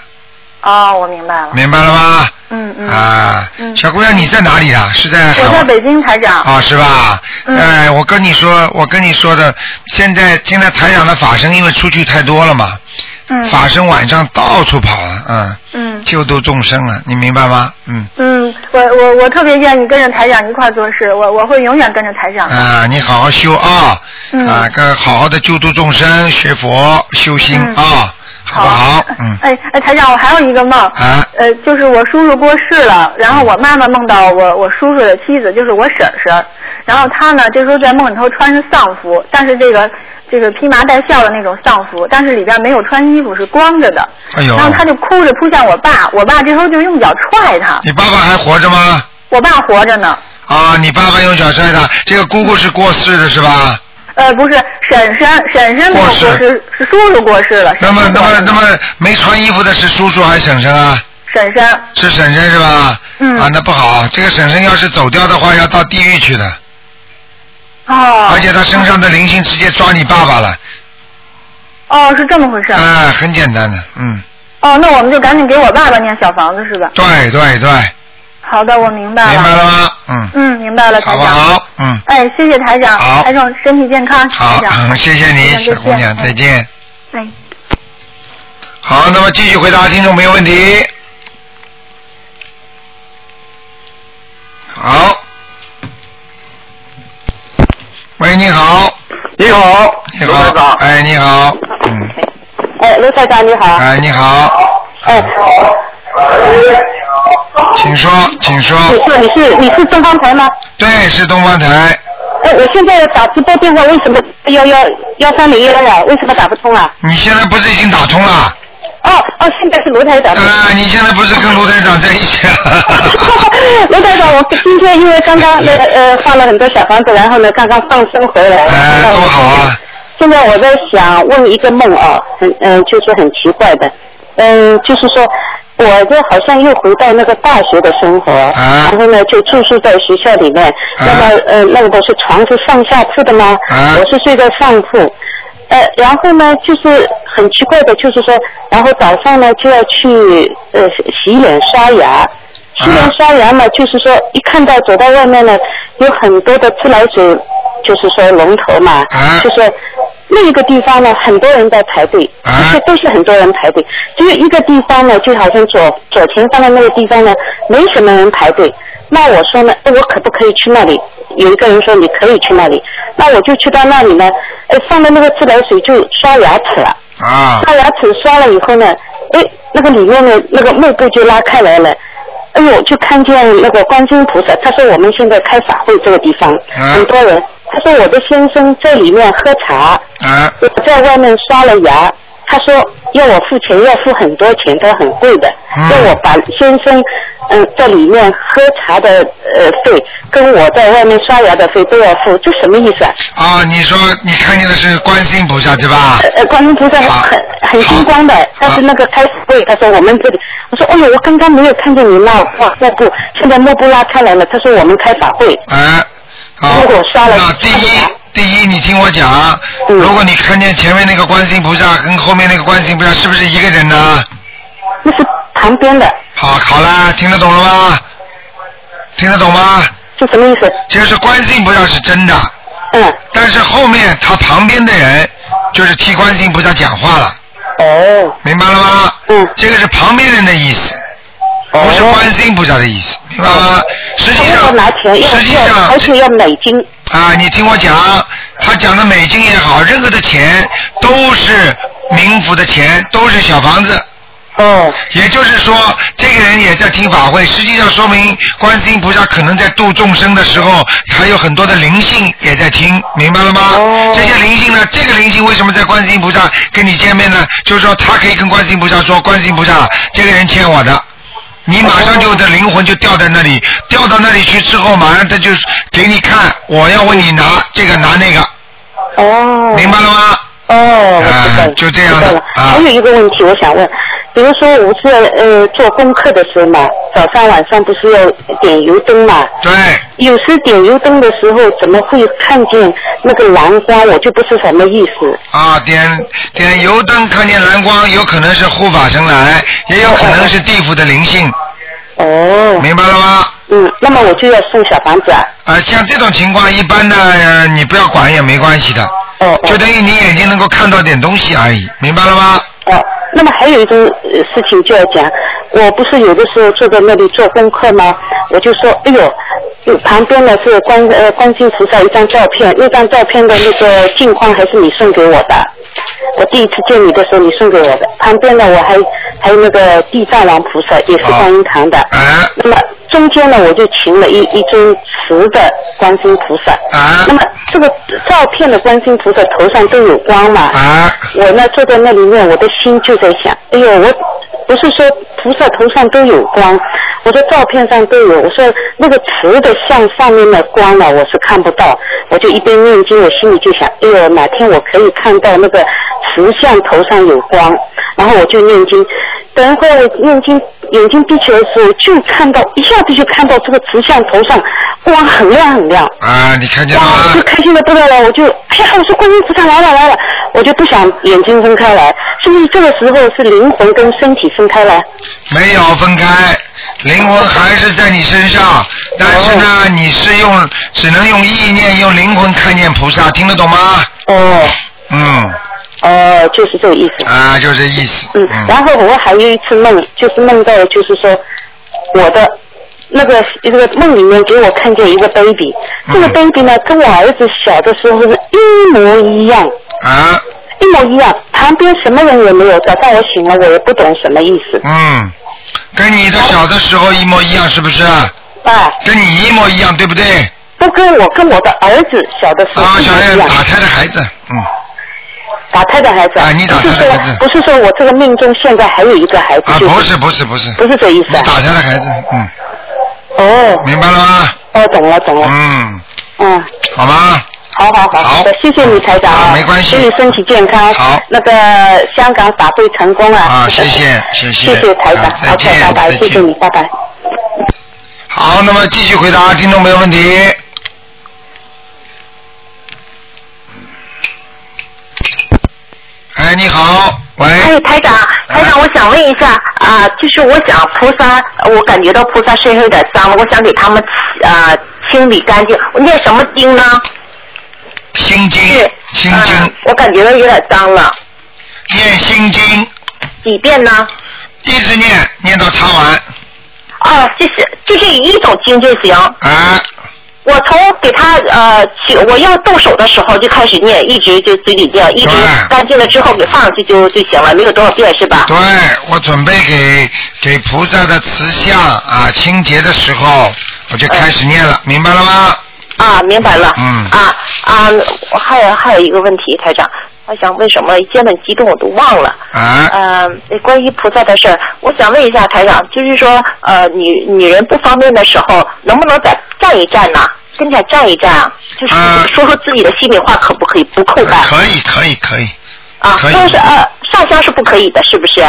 [SPEAKER 12] 哦，我明白了。
[SPEAKER 2] 明白了吗？
[SPEAKER 12] 嗯嗯。
[SPEAKER 2] 啊，小姑娘，你在哪里啊？是在海
[SPEAKER 12] 我在
[SPEAKER 2] 外
[SPEAKER 12] 北京，台长。
[SPEAKER 2] 啊，是吧？
[SPEAKER 12] 嗯
[SPEAKER 2] 哎，我跟你说，我跟你说的，现在现在台长的法身因为出去太多了嘛，
[SPEAKER 12] 嗯。
[SPEAKER 2] 法身晚上到处跑啊，嗯，
[SPEAKER 12] 嗯
[SPEAKER 2] 救度众生啊，你明白吗？嗯，
[SPEAKER 12] 嗯，我我我特别愿意跟着台长一块儿做事，我我会永远跟着台长。
[SPEAKER 2] 啊，你好好修啊，
[SPEAKER 12] 嗯
[SPEAKER 2] 啊，跟好好的救度众生，学佛修心
[SPEAKER 12] 嗯
[SPEAKER 2] 啊，好不好？嗯，
[SPEAKER 12] 哎哎，台长，我还有一个梦，
[SPEAKER 2] 啊
[SPEAKER 12] 呃，就是我叔叔过世了，然后我妈妈梦到我我叔叔的妻子，就是我婶婶，然后她呢这时候在梦里头穿着丧服，但是这个这个披麻戴孝的那种丧服，但是里边没有穿衣服，是光着的，
[SPEAKER 2] 哎呦
[SPEAKER 12] 然，后她就哭着扑向我爸，我爸这时候就用脚踹她，
[SPEAKER 2] 你爸爸还活着吗？
[SPEAKER 12] 我爸活着呢，
[SPEAKER 2] 啊，你爸爸用脚踹他，这个姑姑是过世的是吧？
[SPEAKER 12] 呃，不是婶婶婶婶没有过
[SPEAKER 2] 过世
[SPEAKER 12] 世，是叔叔过世了，
[SPEAKER 2] 那么，那么，那么没穿衣服的是叔叔还是婶婶啊？
[SPEAKER 12] 婶婶
[SPEAKER 2] 是婶婶是吧？
[SPEAKER 12] 嗯
[SPEAKER 2] 啊，那不好，这个婶婶要是走掉的话，要到地狱去的，
[SPEAKER 12] 哦，
[SPEAKER 2] 而且她身上的灵性直接抓你爸爸了，
[SPEAKER 12] 哦是这么回事儿，
[SPEAKER 2] 啊，很简单的，嗯，
[SPEAKER 12] 哦，那我们就赶紧给我爸爸念小房子是吧？
[SPEAKER 2] 对对对，
[SPEAKER 12] 好的，我明白了。
[SPEAKER 2] 明白了吗？嗯，
[SPEAKER 12] 嗯，明白了，
[SPEAKER 2] 好
[SPEAKER 12] 台
[SPEAKER 2] 不
[SPEAKER 12] 长。
[SPEAKER 2] 好？嗯，
[SPEAKER 12] 哎，谢谢台长。
[SPEAKER 2] 好
[SPEAKER 12] 台长身体健康。
[SPEAKER 2] 好
[SPEAKER 12] 台，长。
[SPEAKER 2] 嗯谢谢
[SPEAKER 12] 台
[SPEAKER 2] 你，
[SPEAKER 12] 长
[SPEAKER 2] 小姑娘，
[SPEAKER 5] 啊
[SPEAKER 2] 再。见。
[SPEAKER 12] 哎哎，
[SPEAKER 2] 好，那么继续回答听众朋友问题。好，喂，你好，
[SPEAKER 4] 你好，
[SPEAKER 2] 你好，哎，你好，嗯，
[SPEAKER 5] 哎，卢台长你好。
[SPEAKER 2] 哎，你好，
[SPEAKER 5] 哎，
[SPEAKER 2] 请说，请说，
[SPEAKER 5] 你是你是你是东方台吗？
[SPEAKER 2] 对，是东方台，
[SPEAKER 5] 哎，我现在打直播电话，为什么幺幺幺三零幺呀？为什么打不通啊？
[SPEAKER 2] 你现在不是已经打通了？
[SPEAKER 5] 哦哦，现在是卢台长。 [laughs]
[SPEAKER 2] 啊，你现在不是跟卢台长在一起了？ [laughs]
[SPEAKER 5] 卢台长，我今天因为刚刚呃呃放了很多小房子，然后呢刚刚放生回来。哎，多好
[SPEAKER 2] 啊！
[SPEAKER 5] 现在我在想问一个梦啊，很嗯、呃就是很奇怪的，嗯、就是说我这好像又回到那个大学的生活，然后呢就住宿在学校里面，那么呃那我是床是上下铺的吗？我是睡在上铺。呃，然后呢，就是很奇怪的，就是说，然后早上呢就要去呃洗脸刷牙，洗脸刷牙嘛，就是说一看到走到外面呢，有很多的自来水，就是说龙头嘛，就是那个地方呢，很多人在排队，而且都是很多人排队，只有一个地方呢，就好像左左前方的那个地方呢，没什么人排队。那我说呢，哎，我可不可以去那里？有一个人说你可以去那里，那我就去到那里呢，哎，放了那个自来水就刷牙齿了。
[SPEAKER 2] 啊
[SPEAKER 5] 刷牙齿刷了以后呢，哎，那个里面的那个幕布就拉开来了，哎呦，就看见那个观世音菩萨，他说我们现在开法会这个地方、很多人，他说我的先生在里面喝茶，
[SPEAKER 2] 啊
[SPEAKER 5] 我在外面刷了牙，他说要我付钱，要付很多钱，他很贵的，
[SPEAKER 13] 嗯
[SPEAKER 5] 要我把先生嗯、在里面喝茶的呃费，跟我在外面刷牙的费都要付，这什么意思啊？
[SPEAKER 2] 啊，你说你看见的是观世音菩萨对吧？
[SPEAKER 5] 呃，观音菩萨很很星光的，但是那个开始会，他说我们这里，我说哎呦，我刚刚没有看见你那哇幕布，现在幕布拉开来了，他说我们开法会，
[SPEAKER 2] 哎，
[SPEAKER 5] 好，我刷了，嗯
[SPEAKER 2] 第一，第一，你听我讲，啊如果你看见前面那个观世音菩萨跟后面那个观世音菩萨是不是一个人呢？
[SPEAKER 5] 那是旁边的。
[SPEAKER 2] 好，好啦，听得懂了吗？听得懂吗？
[SPEAKER 5] 是什么意思？
[SPEAKER 2] 就是观世音菩萨是真的。
[SPEAKER 5] 嗯。
[SPEAKER 2] 但是后面他旁边的人就是替观世音菩萨讲话了。
[SPEAKER 5] 哦。
[SPEAKER 2] 明白了吗？嗯。这个是旁边人的意思，
[SPEAKER 5] 哦
[SPEAKER 2] 不是观世音菩萨的意思，明白吗？实际
[SPEAKER 5] 要
[SPEAKER 2] 上
[SPEAKER 5] 拿钱，，要
[SPEAKER 2] 实际上
[SPEAKER 5] 要，而且要美金。
[SPEAKER 2] 啊，你听我讲，他讲的美金也好，任何的钱都是冥府的钱，都是小房子。
[SPEAKER 5] 哦。
[SPEAKER 2] 也就是说，这个人也在听法会，实际上说明观世音菩萨可能在度众生的时候，他有很多的灵性也在听，明白了吗？哦。这些灵性呢，这个灵性为什么在观世音菩萨跟你见面呢？就是说，他可以跟观世音菩萨说，观世音菩萨，这个人欠我的。你马上就的灵魂就掉在那里，掉到那里去之后，马上他就给你看，我要问你拿这个拿那个。
[SPEAKER 5] 哦。
[SPEAKER 2] 明白了吗？
[SPEAKER 5] 哦，我知道了。
[SPEAKER 2] 就这样
[SPEAKER 5] 知道
[SPEAKER 2] 的啊
[SPEAKER 5] 了。还有一个问题，我想问，比如说我是呃做功课的时候嘛，早上晚上不是要点油灯嘛？
[SPEAKER 2] 对。
[SPEAKER 5] 有时点油灯的时候，怎么会看见那个蓝光？我就不是什么意思。
[SPEAKER 2] 啊，点点油灯看见蓝光，有可能是护法神来，也有可能是地府的灵性。
[SPEAKER 5] 哦。
[SPEAKER 2] 明白了吗？
[SPEAKER 5] 嗯，那么我就要送小房子啊。
[SPEAKER 2] 啊，像这种情况，一般的、呃你不要管也没关系的。
[SPEAKER 5] 哦。
[SPEAKER 2] 就等于你眼睛能够看到点东西而已，明白了吗？
[SPEAKER 5] 哦，那么还有一种呃事情就要讲，我不是有的时候坐在那里做功课吗？我就说，哎呦，有旁边呢是观呃观世音菩萨一张照片，那张照片的那个镜框还是你送给我的。我第一次见你的时候，你送给我的。旁边呢，我还还有那个地藏王菩萨，也是观音堂的。
[SPEAKER 2] 啊
[SPEAKER 5] 那么中间呢，我就请了一一尊瓷的观世音菩萨。那么这个照片的观世音菩萨头上都有光嘛？
[SPEAKER 2] 啊
[SPEAKER 5] 我呢坐在那里面，我的心就在想，哎呦，我不是说菩萨头上都有光，我说照片上都有，我说那个瓷的像上面的光呢，我是看不到，我就一边念经，我心里就想，哎呦，哪天我可以看到那个瓷像头上有光，然后我就念经，等一会儿我念经，眼睛闭起来的时候，就看到一下子就看到这个瓷像头上光很亮很亮，
[SPEAKER 2] 啊，你看见了吗？
[SPEAKER 5] 我就开心的不得了，我就哎呀，我说观音菩萨来了来了，我就不想眼睛睁开来，是不是这个时候是灵魂跟身体分开来？
[SPEAKER 2] 没有分开，灵魂还是在你身上，
[SPEAKER 5] 哦
[SPEAKER 2] 但是呢，你是用只能用意念、用灵魂看见菩萨，听得懂吗？
[SPEAKER 5] 哦。
[SPEAKER 2] 嗯。
[SPEAKER 5] 哦，就是这个意思。
[SPEAKER 2] 啊，就这意思。
[SPEAKER 5] 嗯，然后我还有一次梦，就是梦到就是说我的。那个那个梦里面给我看见一个 baby，这个 baby 呢跟我儿子小的时候是一模一样，
[SPEAKER 2] 啊，
[SPEAKER 5] 一模一样，旁边什么人也没有。早上我醒了，我也不懂什么意思。
[SPEAKER 2] 嗯，跟你的小的时候一模一样，是不是？啊。跟你一模一样，对不对？啊
[SPEAKER 5] 都跟我跟我的儿子小的时候一模一样。
[SPEAKER 2] 打胎的孩子，嗯。
[SPEAKER 5] 打胎的孩子。啊，你
[SPEAKER 2] 打胎的孩子
[SPEAKER 5] 不是说不是说我这个命中现在还有一个孩子。
[SPEAKER 2] 啊，
[SPEAKER 5] 就是
[SPEAKER 2] 不是不是不是。
[SPEAKER 5] 不是这意思啊。
[SPEAKER 2] 打胎的孩子，嗯，
[SPEAKER 5] 哦。
[SPEAKER 2] 明白了吗？
[SPEAKER 5] 哦，懂了懂了。
[SPEAKER 2] 嗯。
[SPEAKER 5] 嗯。
[SPEAKER 2] 好吗？
[SPEAKER 5] 好好好，好的，谢谢你台长啊，没关系，祝你身体健康。好，那个香港法会成功啊！
[SPEAKER 2] 啊，谢谢谢
[SPEAKER 5] 谢
[SPEAKER 2] 谢
[SPEAKER 5] 谢台长
[SPEAKER 2] 啊再
[SPEAKER 5] ，OK，
[SPEAKER 2] 见
[SPEAKER 5] 拜
[SPEAKER 2] 再
[SPEAKER 5] 拜，谢
[SPEAKER 2] 见
[SPEAKER 5] 谢你，拜拜。
[SPEAKER 2] 好，那么继续回答听众朋友问题。哎，你好，喂。
[SPEAKER 14] 哎，台长，台长，我想问一下啊、就是我想菩萨，我感觉到菩萨身上有点脏了，我想给他们啊、清理干净。我念什么经呢？
[SPEAKER 2] 心经。
[SPEAKER 14] 是。啊
[SPEAKER 2] 心
[SPEAKER 14] 哎经、我感觉到有点脏了。
[SPEAKER 2] 念心经。
[SPEAKER 14] 几遍呢？
[SPEAKER 2] 一直念，念到擦完。
[SPEAKER 14] 哦，这是这是一种经就行。
[SPEAKER 2] 啊。
[SPEAKER 14] 我从给他呃起我要动手的时候就开始念，一直就嘴里念，一直干净了之后给放上去就就行了，没有多少遍是吧？
[SPEAKER 2] 对，我准备给给菩萨的慈像啊清洁的时候，我就开始念
[SPEAKER 14] 哎
[SPEAKER 2] 了，明白了吗？
[SPEAKER 14] 啊，明白了。
[SPEAKER 2] 嗯
[SPEAKER 14] 啊啊，我还有还有一个问题，台长，我想问什么？一见到你激动我都忘了。
[SPEAKER 2] 啊。
[SPEAKER 14] 呃，关于菩萨的事儿，我想问一下台长，就是说，呃，女女人不方便的时候，能不能再站一站呢？跟前站一站啊，就是说说自己的心里话，可不可以？不叩拜。
[SPEAKER 2] 可以，可以，可以。
[SPEAKER 14] 啊，
[SPEAKER 2] 可以
[SPEAKER 14] 就是呃，上
[SPEAKER 5] 烧香是不可以的，是不是？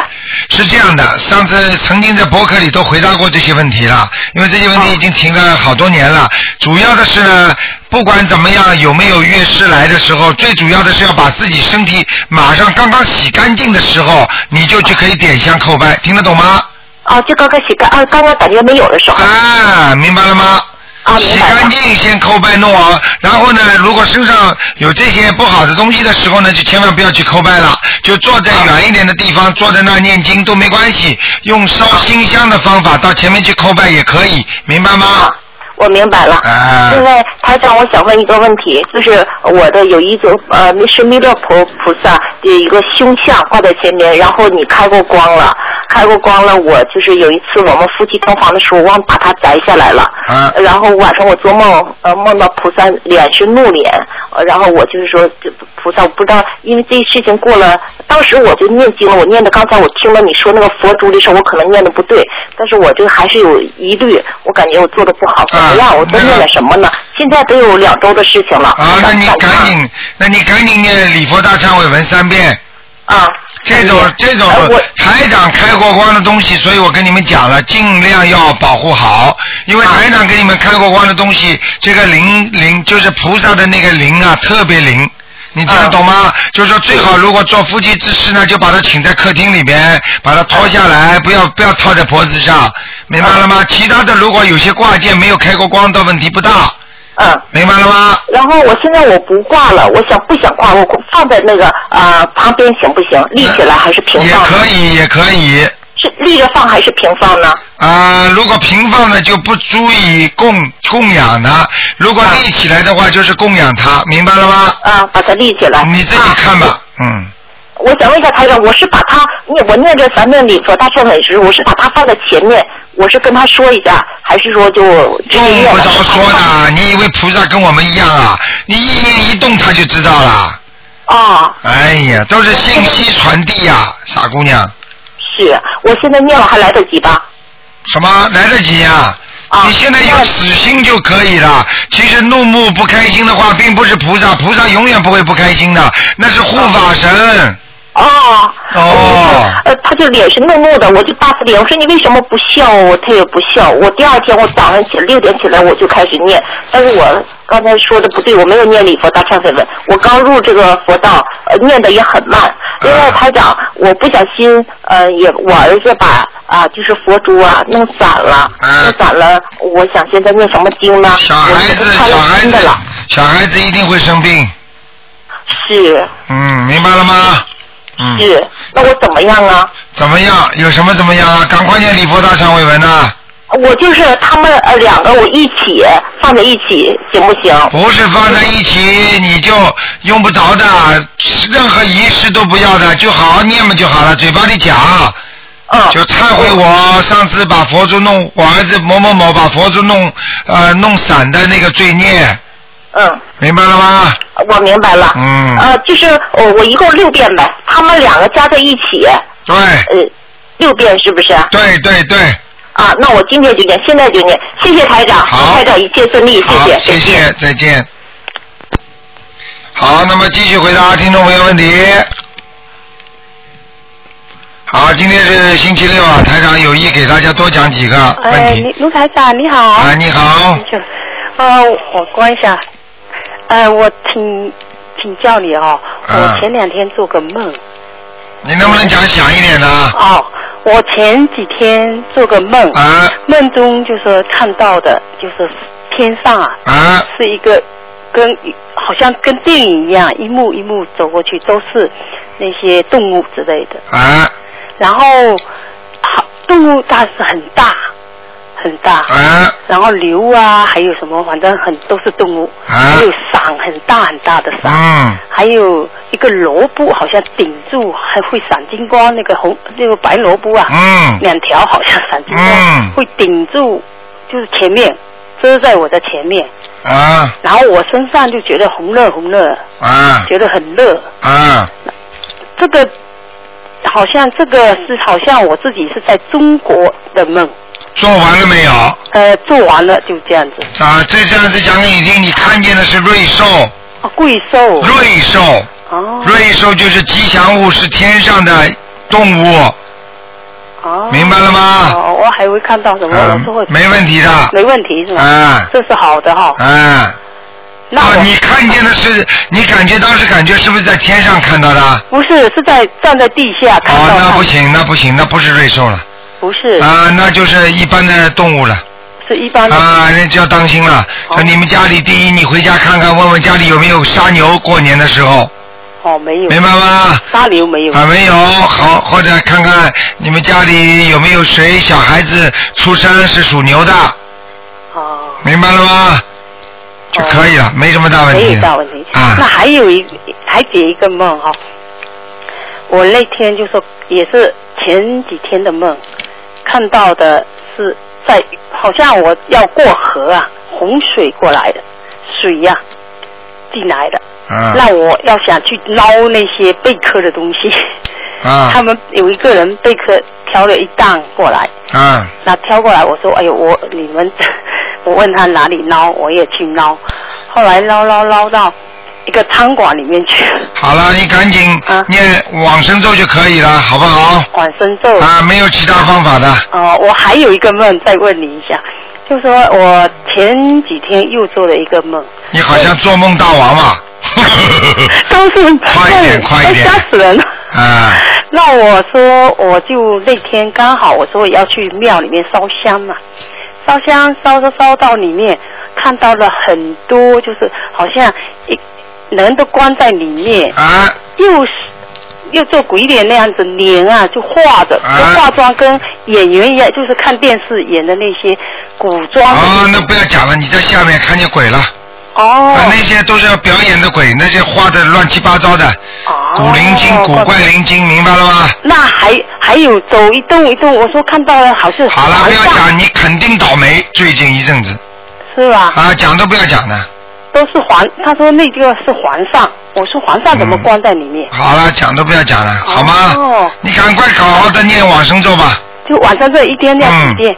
[SPEAKER 2] 是这样的，上次曾经在博客里都回答过这些问题了，因为这些问题已经停了好多年了。主要的是呢，不管怎么样，有没有月事来的时候，最主要的是要把自己身体马上刚刚洗干净的时候，你就去可以点香叩拜，听得懂吗？
[SPEAKER 5] 哦，就刚刚洗干啊，刚刚感觉没有的时候。
[SPEAKER 2] 啊，明白了吗？
[SPEAKER 5] 啊，
[SPEAKER 2] 洗干净先叩拜弄好，然后呢，如果身上有这些不好的东西的时候呢，就千万不要去叩拜了，就坐在远一点的地方，坐在那儿念经都没关系，用烧心香的方法到前面去叩拜也可以，明白吗？
[SPEAKER 5] 我明白了。
[SPEAKER 2] 啊
[SPEAKER 5] 另外，台长，我想问一个问题，就是我的有一种呃是弥勒菩菩萨的一个胸像挂在前面，然后你开过光了，开过光了。我就是有一次我们夫妻同房的时候，忘把它摘下来了。
[SPEAKER 2] 啊
[SPEAKER 5] 然后晚上我做梦，呃，梦到菩萨脸是怒脸，呃然后我就是说，这菩萨我不知道，因为这事情过了，当时我就念经了，我念的刚才我听了你说那个佛珠的时候，我可能念的不对，但是我就还是有疑虑，我感觉我做的不好，
[SPEAKER 2] 啊
[SPEAKER 5] 怎么哎样？我都念了什么呢？现在都有两周的事情了。
[SPEAKER 2] 啊，那你赶紧，那你赶紧念礼佛大忏悔文三遍。
[SPEAKER 5] 啊。哎
[SPEAKER 2] 这种这种台长开过光的东西，所以我跟你们讲了，尽量要保护好，因为台长给你们开过光的东西，这个灵灵就是菩萨的那个灵啊，特别灵。你听得懂吗？就是说，最好如果做夫妻之事呢，就把它请在客厅里边，把它脱下来，不要不要套在脖子上，明白了吗？其他的如果有些挂件没有开过光的问题不大。
[SPEAKER 5] 嗯，
[SPEAKER 2] 明白了吗？
[SPEAKER 5] 然后我现在我不挂了，我想不想挂？我放在那个啊、呃旁边行不行？立起来还是平
[SPEAKER 2] 也
[SPEAKER 5] 放？
[SPEAKER 2] 可以，也可以。
[SPEAKER 5] 是立着放还是平放呢？
[SPEAKER 2] 啊、如果平放的就不足以供供养它，如果立起来的话就是供养它，明白了吗？
[SPEAKER 5] 啊，把它立起来。啊
[SPEAKER 2] 你自己看吧，嗯。
[SPEAKER 5] 我想问一下台长，我是把它念我念这三遍礼佛大忏悔时，我是把它放在前面，我是跟他说一下，还是说就直接念
[SPEAKER 2] 嗯不
[SPEAKER 5] 了
[SPEAKER 2] 着？说的，你以为菩萨跟我们一样啊？你一念一动他就知道了。
[SPEAKER 5] 啊。
[SPEAKER 2] 哎呀，都是信息传递呀、傻姑娘。
[SPEAKER 5] 是，我现在念了还来得及吧？
[SPEAKER 2] 什么来得及呀、你现在有死心就可以了。其实怒目不开心的话，并不是菩萨，菩萨永远不会不开心的，那是护法神。
[SPEAKER 5] 哦。
[SPEAKER 2] 哦。
[SPEAKER 5] 呃，他就脸是怒怒的，我就大撕脸。我说你为什么不笑我？他也不笑。我第二天我早上起六点起来我就开始念，但是我刚才说的不对，我没有念礼佛大忏悔文。我刚入这个佛道，呃，念的也很慢。另外，台长，我不小心，呃，也我儿子把啊、就是佛珠啊弄散了，弄散了。我想现在念什么经呢？嗯小孩子，小孩子了，
[SPEAKER 2] 小孩子一定会生病。
[SPEAKER 5] 是
[SPEAKER 2] 嗯，明白了吗？嗯。
[SPEAKER 5] 是，那我怎么样啊？
[SPEAKER 2] 怎么样？有什么怎么样啊？赶快念礼佛大忏悔文啊呐、
[SPEAKER 5] 我就是他们呃两个我一起放在一起行不行？
[SPEAKER 2] 不是放在一起你就用不着的，任何仪式都不要的，就好好念嘛就好了，嘴巴里讲。
[SPEAKER 5] 嗯
[SPEAKER 2] 就忏悔我上次把佛珠弄，我儿子某某某把佛珠弄呃弄散的那个罪孽，
[SPEAKER 5] 嗯，
[SPEAKER 2] 明白了吗？
[SPEAKER 5] 我明白了。
[SPEAKER 2] 嗯
[SPEAKER 5] 呃，就是我我一共六遍呗，他们两个加在一起。
[SPEAKER 2] 对。
[SPEAKER 5] 呃，六遍是不是？
[SPEAKER 2] 对对对。
[SPEAKER 5] 啊，那我今天就念，现在就念，谢谢台长，好，台长一切顺利，谢
[SPEAKER 2] 好
[SPEAKER 5] 谢，，
[SPEAKER 2] 谢谢，再见。好，那么继续回答听众朋友问题。好，今天是星期六啊，台长有意给大家多讲几个问
[SPEAKER 7] 哎，
[SPEAKER 2] 题。
[SPEAKER 7] 卢卢台长你好。
[SPEAKER 2] 啊你好。
[SPEAKER 7] 呃，我关一下。呃，我请请教你哦，
[SPEAKER 2] 嗯
[SPEAKER 7] 我前两天做个梦。
[SPEAKER 2] 你能不能讲响一点呢？
[SPEAKER 7] 哦，我前几天做个梦，
[SPEAKER 2] 啊、
[SPEAKER 7] 梦中就是看到的，就是天上啊，
[SPEAKER 2] 啊、
[SPEAKER 7] 是一个跟好像跟电影一样，一幕一幕走过去，都是那些动物之类的。
[SPEAKER 2] 啊
[SPEAKER 7] 然后好动物大是很大很大，
[SPEAKER 2] 啊、
[SPEAKER 7] 然后牛啊，还有什么，反正很都是动物，
[SPEAKER 2] 啊
[SPEAKER 7] 还有伞很大很大的伞，
[SPEAKER 2] 嗯
[SPEAKER 7] 还有一个萝卜好像顶住还会闪金光，那个红那个白萝卜啊，
[SPEAKER 2] 嗯
[SPEAKER 7] 两条好像闪金光，
[SPEAKER 2] 嗯
[SPEAKER 7] 会顶住就是前面遮在我的前面，
[SPEAKER 2] 啊
[SPEAKER 7] 然后我身上就觉得红热红热，
[SPEAKER 2] 啊
[SPEAKER 7] 觉得很热，
[SPEAKER 2] 啊
[SPEAKER 7] 这个好像这个是好像我自己是在中国的梦。
[SPEAKER 2] 做完了没有？
[SPEAKER 7] 呃，做完了就这样子。
[SPEAKER 2] 啊！这这样子讲给你听，你看见的是瑞兽。
[SPEAKER 7] 啊，贵兽。
[SPEAKER 2] 瑞兽。
[SPEAKER 5] 哦
[SPEAKER 2] 瑞兽就是吉祥物，是天上的动物。
[SPEAKER 5] 哦，
[SPEAKER 2] 明白了吗
[SPEAKER 5] 哦，我还会看到什么？
[SPEAKER 2] 嗯
[SPEAKER 5] 我说会
[SPEAKER 2] 没问题的
[SPEAKER 5] 没问题是吧？
[SPEAKER 2] 啊
[SPEAKER 5] 这是好的哈。
[SPEAKER 2] 啊。啊，你看见的是，你感觉当时感觉是不是在天上看到的？
[SPEAKER 5] 不是，是在站在地下看
[SPEAKER 2] 哦，
[SPEAKER 5] 到
[SPEAKER 2] 那
[SPEAKER 5] 它
[SPEAKER 2] 不，行，那不行，那不是瑞兽了。
[SPEAKER 5] 不是，
[SPEAKER 2] 啊，那就是一般的动物了。
[SPEAKER 5] 是一般的。
[SPEAKER 2] 啊，那就要当心了。那你们家里第一，你回家看看，问问家里有没有杀牛，过年的时候
[SPEAKER 5] 哦，没有。
[SPEAKER 2] 明白吗？
[SPEAKER 5] 沙流没有。
[SPEAKER 2] 啊没有，好，或者看看你们家里有没有谁小孩子出生是属牛的。哦。明白了吗？就哦可以了，没什么大问
[SPEAKER 5] 没
[SPEAKER 2] 题
[SPEAKER 5] 有。大问题。
[SPEAKER 2] 啊
[SPEAKER 5] 那还有一还解一个梦哈、我那天就说也是前几天的梦，看到的是在好像我要过河啊，洪水过来的水呀、进来的，
[SPEAKER 2] 啊
[SPEAKER 5] 那我要想去捞那些贝壳的东西。
[SPEAKER 2] 啊
[SPEAKER 5] 他们有一个人贝壳挑了一担过来，
[SPEAKER 2] 啊
[SPEAKER 5] 那挑过来，我说，哎呦，我你们，我问他哪里捞，我也去捞，后来捞捞捞到一个餐馆里面去，
[SPEAKER 2] 好了，你赶紧念往生咒就可以了，好不好？
[SPEAKER 5] 往生咒
[SPEAKER 2] 啊，没有其他方法的。
[SPEAKER 5] 哦，我还有一个梦，再问你一下，就说我前几天又做了一个
[SPEAKER 2] [laughs]
[SPEAKER 5] 梦，
[SPEAKER 2] 你好像做梦大王嘛。哦
[SPEAKER 5] 都是快哎
[SPEAKER 2] 一点快一点
[SPEAKER 5] 吓死人了。
[SPEAKER 2] [laughs] 啊
[SPEAKER 5] 那我说，我就那天刚好我说我要去庙里面烧香嘛，烧香烧着烧到里面，看到了很多，就是好像一人都关在里面，
[SPEAKER 2] 啊，
[SPEAKER 5] 又是又做鬼脸那样子，脸啊就画着，就化妆跟演员一样，就是看电视演的那些古装的
[SPEAKER 2] 啊，那不要讲了，你在下面看见鬼了。
[SPEAKER 5] 哦。
[SPEAKER 2] 啊，那些都是要表演的鬼，那些画的乱七八糟的。古灵精，古哦怪灵精，明白了吗？
[SPEAKER 5] 哦那还还有走一动一动，我说看到了好像
[SPEAKER 2] 好了，不要讲，你肯定倒霉，最近一阵子。
[SPEAKER 5] 是吧？
[SPEAKER 2] 啊，讲都不要讲了。
[SPEAKER 5] 都是皇，他说那个是皇上，我说皇上怎么关在里面？
[SPEAKER 2] 好了，讲都不要讲了，好吗？
[SPEAKER 5] 哦，
[SPEAKER 2] 你赶快好好的念往生咒吧，
[SPEAKER 5] 就晚上这一天念几遍？
[SPEAKER 2] 嗯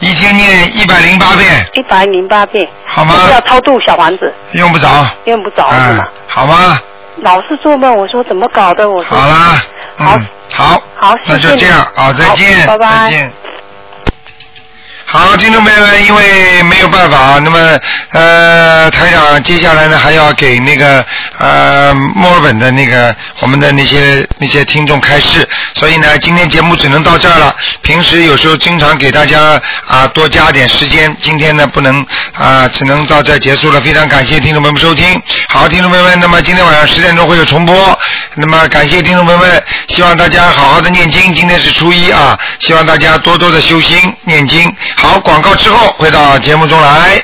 [SPEAKER 2] 一天念一百零八遍，
[SPEAKER 5] 一百零八遍，
[SPEAKER 2] 好吗
[SPEAKER 5] 就是要超度小房子，
[SPEAKER 2] 用不着。哎
[SPEAKER 5] 用不着是吗？
[SPEAKER 2] 好吗？
[SPEAKER 5] 老是做梦，我说怎么搞的？我说
[SPEAKER 2] 嗯好啦，嗯，好，
[SPEAKER 5] 好，谢谢
[SPEAKER 2] 那就这样
[SPEAKER 5] 你
[SPEAKER 2] 啊，再见，再
[SPEAKER 5] 好拜拜。
[SPEAKER 2] 见。好，听众朋友们，因为没有办法，啊那么呃，台长接下来呢还要给那个呃墨尔本的那个我们的那些那些听众开示，所以呢，今天节目只能到这儿了。平时有时候经常给大家啊、多加点时间，今天呢不能啊、只能到这儿结束了。非常感谢听众朋友们收听，好，听众朋友们，那么今天晚上十点钟会有重播，那么感谢听众朋友们，希望大家好好的念经，今天是初一啊，希望大家多多的修心念经。好，广告之后回到节目中来。